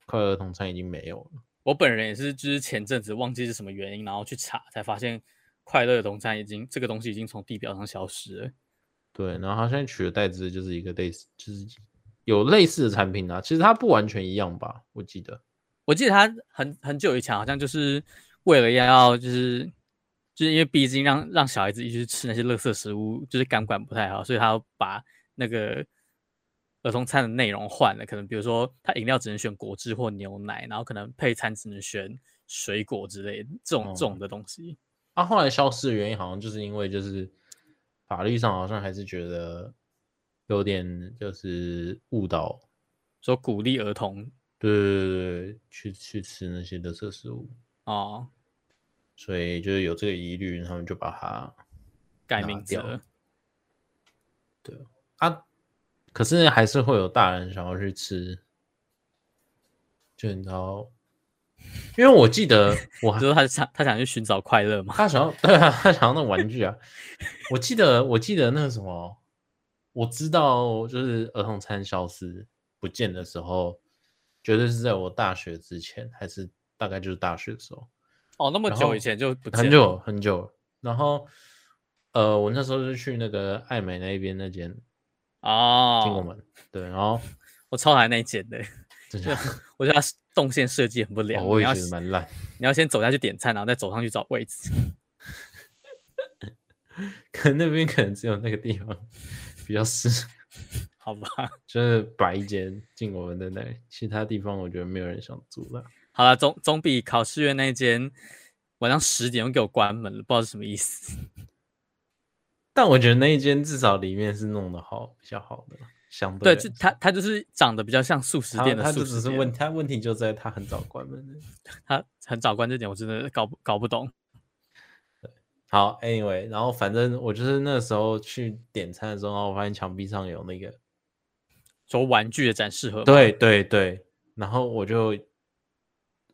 A: 快乐童餐已经没有了。
B: 我本人也是，就是前阵子忘记是什么原因，然后去查才发现快乐的东餐已经这个东西已经从地表上消失了。
A: 对，然后他现在取而代之的就是一个类似，就是有类似的产品啊，其实它不完全一样吧，我记得。
B: 我记得他很很久以前好像就是为了要就是就是因为毕竟让让小孩子一直去吃那些垃圾食物，就是感管不太好，所以他要把那个儿童餐的内容换了，可能比如说他饮料只能选果汁或牛奶，然后可能配餐只能选水果之类的这种、
A: 哦
B: 这种的东西。
A: 他、啊后来消失的原因好像就是因为就是法律上好像还是觉得有点就是误导，
B: 说鼓励儿童
A: 对对对对，去去吃那些垃圾食物。
B: 哦
A: 所以就是有这个疑虑，他们就把它
B: 改
A: 拿
B: 名字
A: 掉
B: 了。
A: 啊，可是还是会有大人想要去吃，就你知道，因为我记得我还
B: 就是他想他想去寻找快乐嘛？
A: 他想要 对啊，他想要那玩具啊，我记得我记得那个什么，我知道就是儿童餐消失不见的时候，绝对是在我大学之前，还是大概就是大学的时候，
B: 哦，那么
A: 然后
B: 久以前就不见
A: 很
B: 了
A: 久很久了。然后，呃，我那时候是去那个爱美那边那间金拱
B: 哦，
A: 门，对，然 后
B: 我超讨厌那一间的，
A: 真的，
B: 我觉得它动线设计很不良。
A: 哦我
B: 你
A: 也
B: 要
A: 觉得蛮烂。
B: 你要先走下去点餐，然后再走上去找位置。
A: 可能那边可能只有那个地方比较适合，
B: 好吧，
A: 就是摆一间进我们的那里，其他地方我觉得没有人想住了。
B: 好了，总总比考试院那一间晚上十点又给我关门了，不知道是什么 意思。
A: 但我觉得那一间至少里面是弄得好，比较好的，相
B: 对，
A: 来
B: 就
A: 说
B: 它它就是长得比较像素食
A: 它
B: 店的
A: 它
B: 素
A: 就
B: 食
A: 只是
B: 店，
A: 问它问题就在它很早关门而已。
B: 它很早关这点，我真的搞不搞不懂。
A: 好，anyway，然后反正我就是那时候去点餐的时候，然后我发现墙壁上有那个，
B: 说玩具的展示盒，，
A: 对对对，然后我就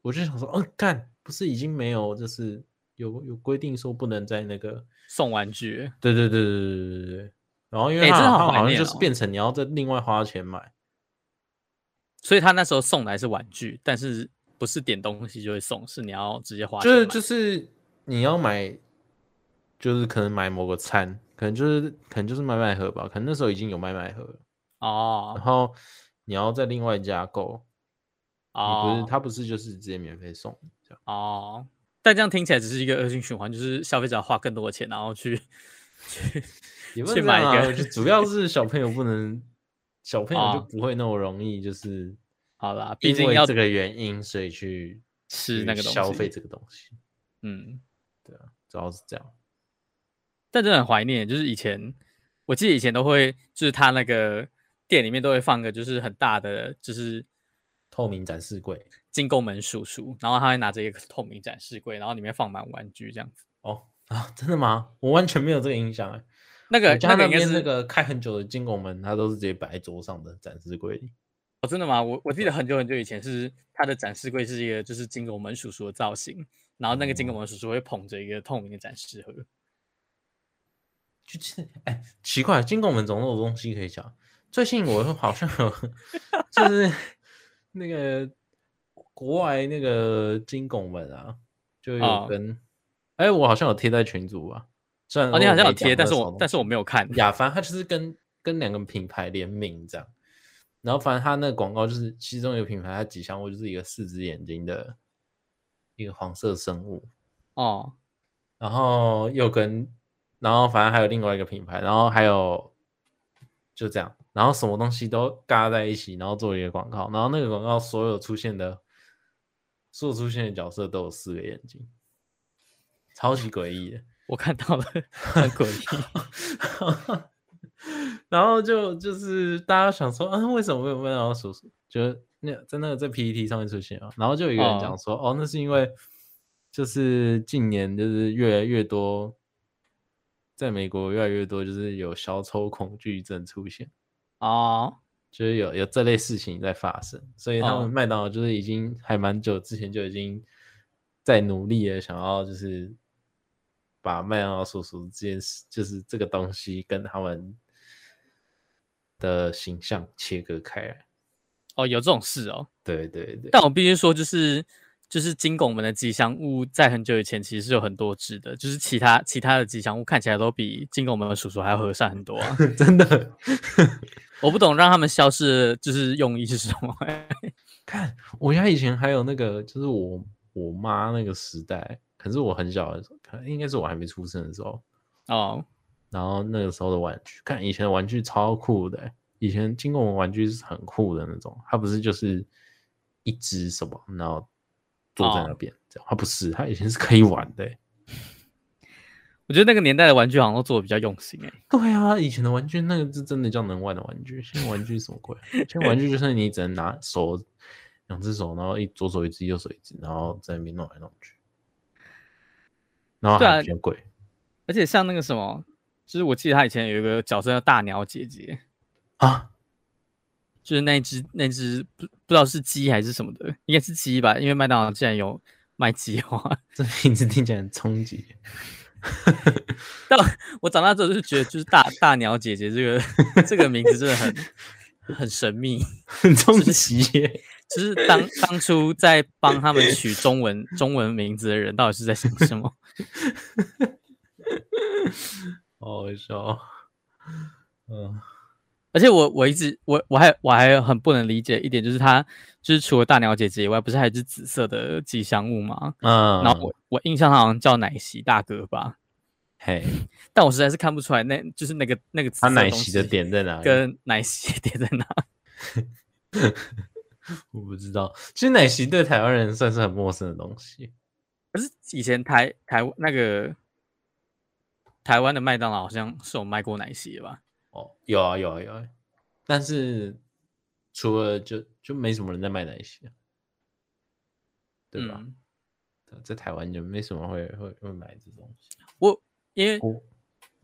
A: 我就想说，嗯、干，不是已经没有，就是有有规定说不能在那个，
B: 送玩具，
A: 对对对对对对对对，然后因为
B: 哎
A: 它
B: 真的
A: 好
B: 好
A: 它
B: 怀
A: 好像
B: 念
A: 就是
B: 哦
A: 变成你要再另外花钱买，
B: 所以他那时候送来是玩具，但是不是点东西就会送，是你要直接花
A: 就是
B: 钱买
A: 就是你要买，就是可能买某个餐，可能就是可能就是麦麦盒吧，可能那时候已经有麦麦盒了，然
B: 哦
A: 后你要再另外加购。你不是
B: 哦
A: 他不是就是直接免费送这样，
B: 哦，但这样听起来只是一个恶性循环，就是消费者要花更多的钱，然后去去
A: 也不
B: 去
A: 能
B: 买一 个
A: 啊就主要是小朋友不能，小朋友就
B: 哦
A: 不会那么容易，就是
B: 好啦，毕
A: 因
B: 竟
A: 为
B: 要
A: 这个原因，所以去
B: 吃
A: 去
B: 那个东西，
A: 消费这个东西，
B: 嗯，
A: 主要是这样。
B: 但真的很怀念，就是以前我记得以前都会，就是他那个店里面都会放个就是很大的就是
A: 透明展示柜
B: 进宫门叔叔，然后他会拿着一个透明展示柜，然后里面放满玩具这样子。
A: 哦啊，真的吗？我完全没有这个印象哎。
B: 那
A: 我
B: 个
A: 家
B: 个
A: 那
B: 应该
A: 边
B: 是
A: 那个开很久的金拱门，它都是直接摆在桌上的展示柜里。
B: 哦，真的吗？我我记得很久很久以前是它的展示柜是一个就是金拱门叔叔的造型，然后那个金
A: 哦
B: 拱门叔叔会捧着一个透明的展示盒。
A: 就是哎，奇怪，金拱门总有东西可以讲。最近我好像有， 就是那个国外那个金拱门啊，就有
B: 哦
A: 跟哎、我好像有贴在群组吧。虽然
B: 哦，你
A: 我
B: 好像有
A: 没讲
B: 贴，但
A: 那
B: 是
A: 什么
B: 我
A: 东
B: 但是我
A: 西
B: 没有看。
A: 亚凡，它就是跟跟两个品牌联名这样。然后反正它那个广告就是其中一个品牌，它吉祥物就是一个四只眼睛的一个黄色生物，
B: 哦
A: 然后又跟，然后反正还有另外一个品牌，然后还有就这样，然后什么东西都嘎在一起，然后做一个广告，然后那个广告所有出现的，所有出现的角色都有四个眼睛，超级诡异的。
B: 我看到了， 很诡异。
A: 然后就就是大家想说，啊，为什么没有麦当劳叔叔？就是那在那个在 PPT 上面出现啊，然后就有一个人讲说，哦，那是因为就是近年就是越来越多，在美国越来越多就是有小丑恐惧症出现，
B: 哦，
A: 就是有有这类事情在发生，所以他们
B: 嗯
A: 麦当劳就是已经还蛮久之前就已经在努力的想要就是把麦当劳叔叔这件事，就是这个东西跟他们的形象切割开来。
B: 哦，有这种事哦。
A: 对对对，
B: 但我必须说，就是就是金拱门的吉祥物，在很久以前其实是有很多只的，就是其他其他的吉祥物看起来都比金拱门的叔叔还要和善很多啊。
A: 真的
B: 我不懂让他们消失的就是用意是什么、欸
A: 看，我家以前还有那个，就是我我妈那个时代，可是我很小的时候，可能应该是我还没出生的时候，
B: 哦，
A: 然后那个时候的玩具，看以前的玩具超酷的欸、以前金拱门玩具是很酷的那种，它不是就是一只什么，然后坐在那
B: 哦
A: 边、这样，它不是，它以前是可以玩的欸、
B: 我觉得那个年代的玩具好像都做的比较用心哎、
A: 对啊，以前的玩具那个是真的叫能玩的玩具，现在玩具什么鬼？啊现在玩具就是你只能拿手两只手，然后一左手一只，右手一只，然后在那边弄来弄去，然后
B: 对
A: 还
B: 啊
A: 比较贵。
B: 而且像那个什么，就是我记得他以前有一个角色叫大鸟姐姐，
A: 啊，
B: 就是那一只那只不不知道是鸡还是什么的，应该是鸡吧，因为麦当劳竟然有卖鸡的话，
A: 这名字听起来很冲击。
B: 我长大之后就是觉得，就是大大鸟姐姐这个这个名字真的很很神秘。
A: 很冲击耶！
B: 就是当当初在帮他们取中文中文名字的人，到底是在想什么？
A: 好好笑哦。嗯，
B: 而且我我一直我我还我还很不能理解一点，就是他就是除了大鸟姐姐以外，不是还有一只紫色的吉祥物吗？
A: 嗯
B: 然后我我印象它好像叫奶昔大哥吧，
A: 嘿，
B: 但我实在是看不出来那就是那个那个紫
A: 他
B: 色
A: 奶
B: 东
A: 昔的
B: 西
A: 点在哪里？
B: 跟奶昔的点在哪？
A: 我不知道。其实奶昔对台湾人算是很陌生的东西。
B: 可是以前台台那个台湾的麦当劳好像是有卖过奶昔的吧？
A: 哦，有啊，有啊，有啊。但是除了就就没什么人在卖奶昔啊，对吧？啊
B: 嗯
A: 在台湾就没什么会会会买这种东 西。
B: 我因为
A: 我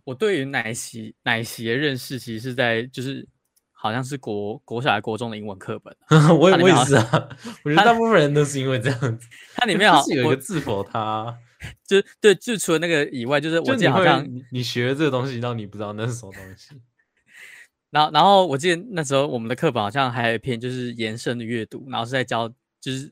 B: 我对于奶昔奶昔的认识，其实是在就是好像是国国小还国中的英文课本，
A: 我
B: 它里
A: 也我
B: 面
A: 也
B: 好
A: 是啊，我觉得
B: 它
A: 大部分人都是因为这样子。
B: 它里
A: 就
B: 面好
A: 是有一
B: 我
A: 个字否他啊，
B: 就是对，就除了那个以外，就是
A: 就
B: 我记
A: 你
B: 得好像
A: 会，你你学了这个东西，然后你不知道那是什么东 西。
B: 然后然后我记得那时候我们的课本好像还有一篇就是延伸的阅读，然后是在教就是。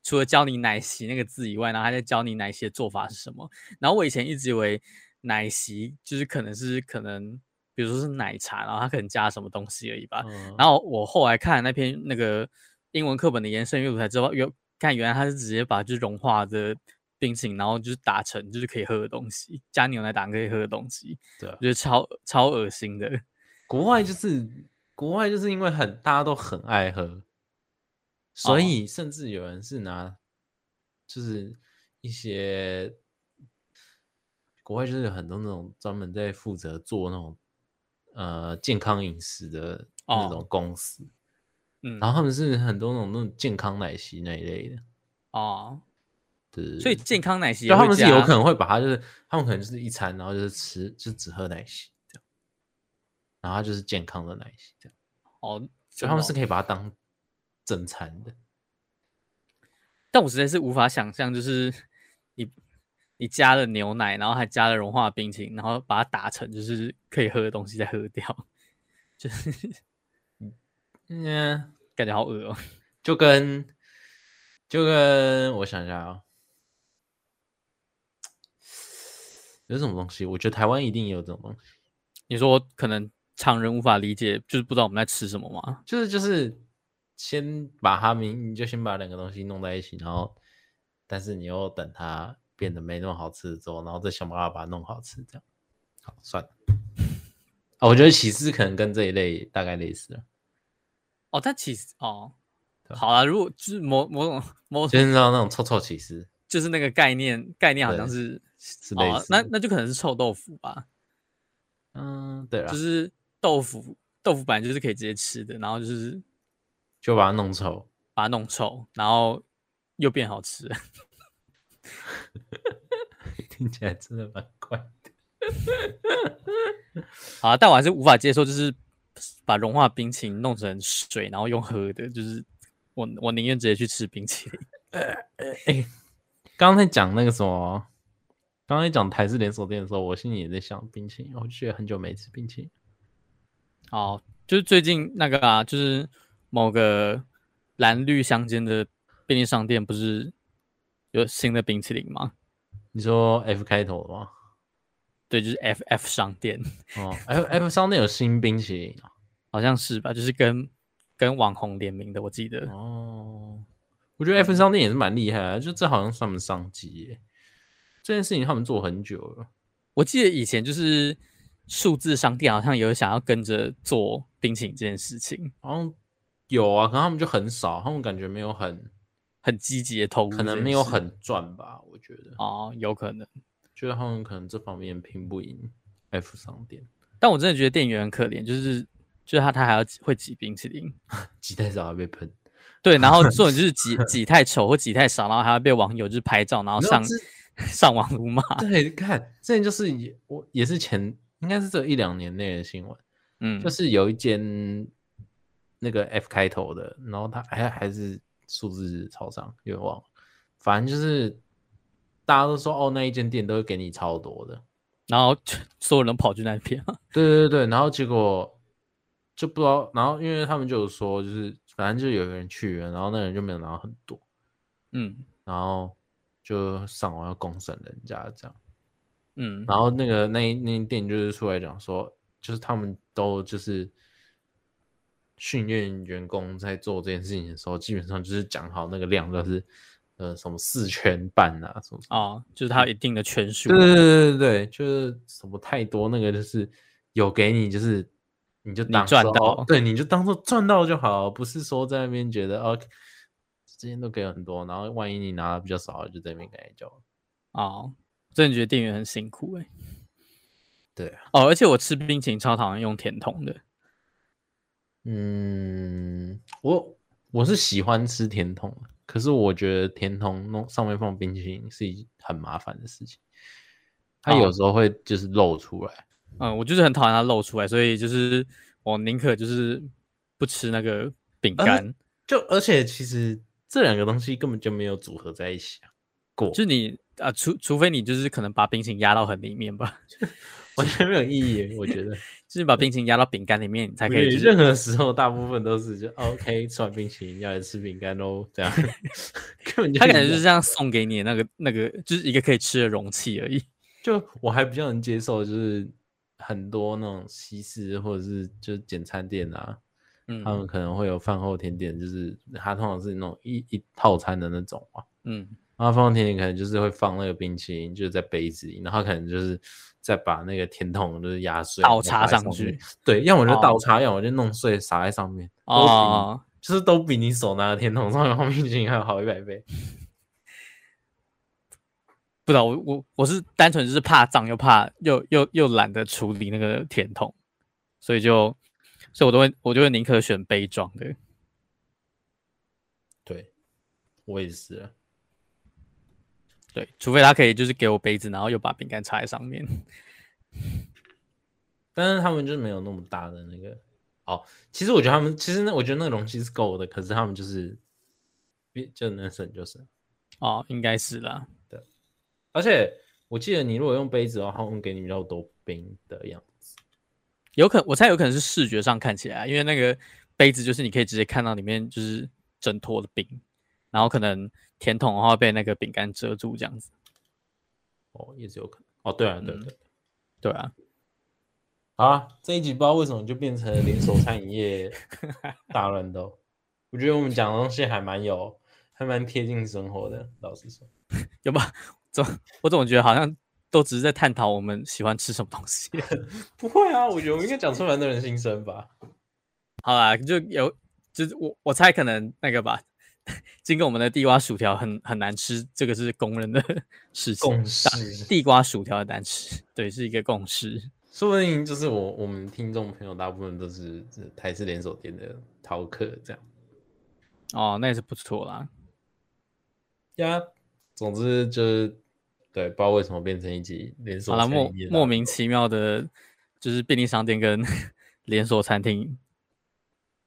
B: 除了教你奶昔那个字以外，然后还在教你奶昔的做法是什么。然后我以前一直以为奶昔就是可能是可能，比如说是奶茶，然后它可能加什么东西而已吧。
A: 嗯
B: 啊然后我后来看那篇那个英文课本的延伸阅读才知道，原看原来它是直接把就是融化的冰淇淋，然后就是打成就是可以喝的东西，加牛奶打成可以喝的东西，
A: 对啊
B: 我，觉得超超恶心的。
A: 国外就是国外就是因为很大家都很爱喝，所
B: 哦
A: 以甚至有人是拿就是一些国外就是有很多那种专门在负责做那种呃健康饮食的那
B: 哦
A: 种公司，
B: 嗯，
A: 然后他们是很多那种那种健康奶昔那一类的，
B: 哦，
A: 对，
B: 所以健康奶昔也
A: 就他
B: 会
A: 们是有
B: 加
A: 可能会把它就是他们可能就是一餐，然后就是吃就只喝奶昔这样，然后它就是健康的奶昔这样。
B: 哦，
A: 就
B: 真
A: 他们
B: 的
A: 是
B: 哦
A: 可以把它当正餐的。
B: 但我实在是无法想象，就是你你加了牛奶，然后还加了融化的冰淇淋，然后把它打成就是可以喝的东西再喝掉，就是
A: 嗯，
B: 感觉好恶哦。
A: 就跟就跟我想一下啊，有什么东西？我觉得台湾一定也有这种东西，
B: 你说可能常人无法理解，就是不知道我们在吃什么吗？
A: 就是就是先把它明，你就先把两个东西弄在一起，然后但是你又等它变得没那么好吃之后，然后再想办法把它弄好吃，这样。好，算了。啊，我觉得起司可能跟这一类大概类似啊，
B: 哦，但其实哦，
A: 对
B: 好啊，如果就是某某种某
A: 就
B: 种
A: 是那种那种臭臭起司
B: 就是那个概念概念好像
A: 对
B: 是
A: 是类
B: 哦
A: 似，
B: 那
A: 的。
B: 那就可能是臭豆腐吧，
A: 嗯，对了，
B: 就是豆腐豆腐本来就是可以直接吃的，然后就是
A: 就把它弄臭。
B: 把它弄臭，然后又变好吃了。
A: 听起来真的蛮怪的。
B: 好啊，但我还是无法接受，就是把融化冰淇淋弄成水，然后用喝的，就是我我宁愿直接去吃冰淇淋。
A: 刚才讲那个什么，刚才讲台式连锁店的时候，我心里也在想冰淇淋，我就觉得很久没吃冰淇淋。
B: 哦，就是最近那个啊，就是某个蓝绿相间的便利商店不是有新的冰淇淋吗？
A: 你说 F 开头的吗？
B: 对，就是 F F 商店，
A: 哦，F F 商店有新冰淇淋啊
B: 好像是吧？就是跟跟网红联名的，我记得。
A: 哦。我觉得 F 商店也是蛮厉害的，就这好像是他们商机耶。这件事情他们做很久了，
B: 我记得以前就是数字商店好像有想要跟着做冰淇淋这件事情，
A: 好像有啊，可能他们就很少，他们感觉没有很，
B: 很积极的投入这
A: 可
B: 件事，
A: 能没有很赚吧，我觉得。
B: 哦，有可能。
A: 觉得他们可能这方面拼不赢 F 商店，
B: 但我真的觉得店员很可怜，就是就是他他还要挤会挤冰淇淋，
A: 鸡蛋少还被喷，
B: 对，然后这种就是 挤挤太丑或挤太少，然后还要被网友就是拍照，然后
A: 没有
B: 上
A: 这
B: 上网辱骂。
A: 对，看之前就是也我也是前应该是这一两年内的新闻，
B: 嗯
A: 就，是有一间那个 F 开头的，然后它还还是数字超商，有点忘了，反正就是大家都说哦那一间店都会给你超多的，
B: 然后就所有人跑去那边，
A: 对对对，然后结果就不知道，然后因为他们就有说就是反正就有人去了，然后那人就没有拿到很多。
B: 嗯
A: 然后就上网要公审人家这样。
B: 嗯，
A: 然后那个那一那一店就是出来讲说，就是他们都就是训练员工在做这件事情的时候，基本上就是讲好那个量，就是呃什么四圈半啊什么什么。
B: 哦，就是他有一定的圈数
A: 对，对对对对，就是什么太多那个就是有给你就是。你就
B: 你
A: 当
B: 赚
A: 说
B: 到
A: 对，你就当做赚到就好，不是说在那边觉得哦，之前都给很多，然后万一你拿的比较少，就在那边跟你叫。
B: 哦，真的觉得店员很辛苦哎、
A: 对，
B: 哦，而且我吃冰淇淋超讨厌用甜筒的，
A: 嗯，我我是喜欢吃甜筒的，可是我觉得甜筒弄上面放冰淇淋是一很麻烦的事情，它有
B: 哦
A: 时候会就是漏出来。
B: 嗯，我就是很讨厌它露出来，所以就是我宁可就是不吃那个饼
A: 呃
B: 干。
A: 就而且其实这两个东西根本就没有组合在一起啊，过
B: 就是你啊、呃除除非你就是可能把冰淇淋压到很里面吧，
A: 完全没有意义。我觉得
B: 就是把冰淇淋压到饼干里面，你才
A: 我
B: 可
A: 觉
B: 以、就
A: 得
B: 是
A: 任何时候大部分都是就 OK 吃完冰淇淋要来吃饼干喽，这样根本就
B: 他感
A: 一
B: 觉
A: 样
B: 就是这样送给你的那个那个，就是一个可以吃的容器而已。
A: 就我还比较能接受，就是很多那种西式或者是就是简餐店啊，
B: 嗯
A: 他们可能会有饭后甜点，就是它通常是那种一一套餐的那种嘛。
B: 嗯，
A: 然后饭后甜点可能就是会放那个冰淇淋，就是在杯子里，然后可能就是再把那个甜筒就是压碎，
B: 倒
A: 然后
B: 插
A: 撒在
B: 上
A: 上面
B: 去。
A: 对，要么就
B: 哦
A: 倒插，要么就弄碎撒在上面。都比
B: 哦，
A: 就是都比你手拿的甜筒上面放冰淇淋还要好一百倍。
B: 不知道我我我是单纯就是怕脏又怕又又又懒得处理那个甜筒，所以就所以我都会我就会宁可选杯装的。
A: 对，我也是啊。
B: 对，除非他可以就是给我杯子，然后又把饼干插在上面。
A: 但是他们就是没有那么大的那个。哦，其实我觉得他们，其实那我觉得那个容器是够的，可是他们就是，就能省就省。
B: 哦，应该是啦。
A: 而且我记得你如果用杯子的话，他们给你比较多冰的样子。
B: 有可我猜有可能是视觉上看起来，因为那个杯子就是你可以直接看到里面就是整坨的饼，然后可能甜筒的话被那个饼干遮住这样子。
A: 哦，也是有可能。哦，对啊，对对
B: 嗯
A: 对。
B: 对啊，
A: 好啊，这一集不知道为什么就变成了连锁餐饮 业大乱斗。我觉得我们讲的东西还蛮有，还蛮贴近生活的。老实说，
B: 有吧？总我总觉得好像都只是在探讨我们喜欢吃什么东西。
A: 不会啊，我觉得我应该讲出蛮多人心声吧。
B: 好啦，就有就是我我猜可能那个吧，经过我们的地瓜薯条很很难吃，这个是公认的 事情。
A: 共识
B: 大地瓜薯条很难吃，对，是一个共识。
A: 说不定就是我我们听众朋友大部分都是是台式连锁店的饕客这样。
B: 哦，那也是不错啦。
A: 呀，总之就是对，不知道为什么变成一集连锁
B: 好啦，
A: 餐
B: 莫
A: 饮业
B: 莫
A: 大
B: 名其妙的，就是便利商店跟 连锁餐厅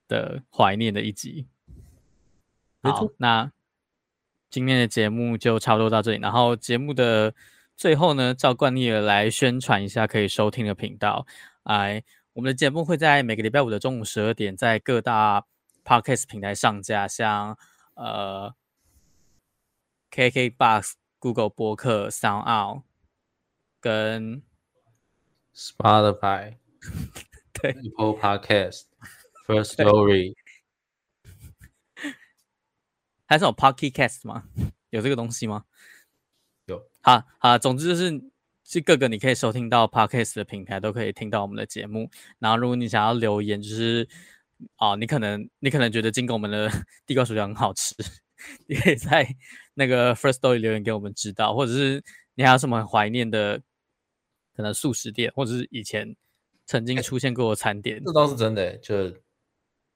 B: 的怀念的一集。
A: 没
B: 好
A: 错，
B: 那今天的节目就差不多到这里。然后节目的最后呢，照惯例的来宣传一下可以收听的频道。哎，我们的节目会在每个礼拜五的中午十二点，在各大 podcast 平台上架，像呃 KKBox、Google 播客、Sound Out 跟
A: Spotify
B: 对
A: Apple Podcast First Story
B: 还是有 Pocket Cast 吗？ 有这个东西吗？
A: 有。
B: 好好，总之就是这各个你可以收听到 podcast 的平台都可以听到我们的节目。然后如果你想要留言，就是哦，你可能你可能觉得经过我们的 地瓜薯条很好吃，你可以在那个 First Story 留言给我们知道，或者是你还有什么很怀念的可能素食店，或者是以前曾经出现过的餐点。
A: 哎这倒是真的欸，就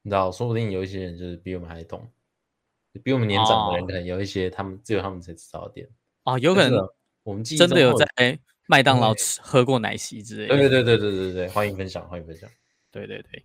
A: 你知道，说不定有一些人就是比我们还懂，比我们年长的人，
B: 哦
A: 可能有一些他们只有他们才知道的点，
B: 哦，有
A: 有
B: 可能
A: 我们记忆
B: 真的
A: 中
B: 有
A: 会
B: 在麦当劳
A: 对
B: 吃喝过奶昔之类的。
A: 对对对对对对对，欢迎分享，欢迎分享。
B: 对对对。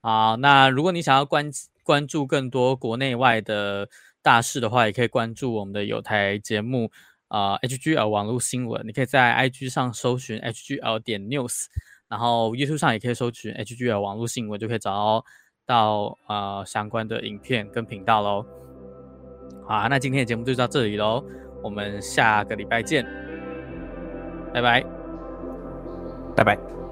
B: 好，那如果你想要关关注更多国内外的大事的话，也可以关注我们的有台节目啊、呃、HGL 网络新闻，你可以在 IG 上搜寻 HGL 点 news，然后 YouTube 上也可以搜寻 HGL 网络新闻，就可以找到到呃相关的影片跟频道喽。好，那今天的节目就到这里喽，我们下个礼拜见，拜拜。
A: 拜拜。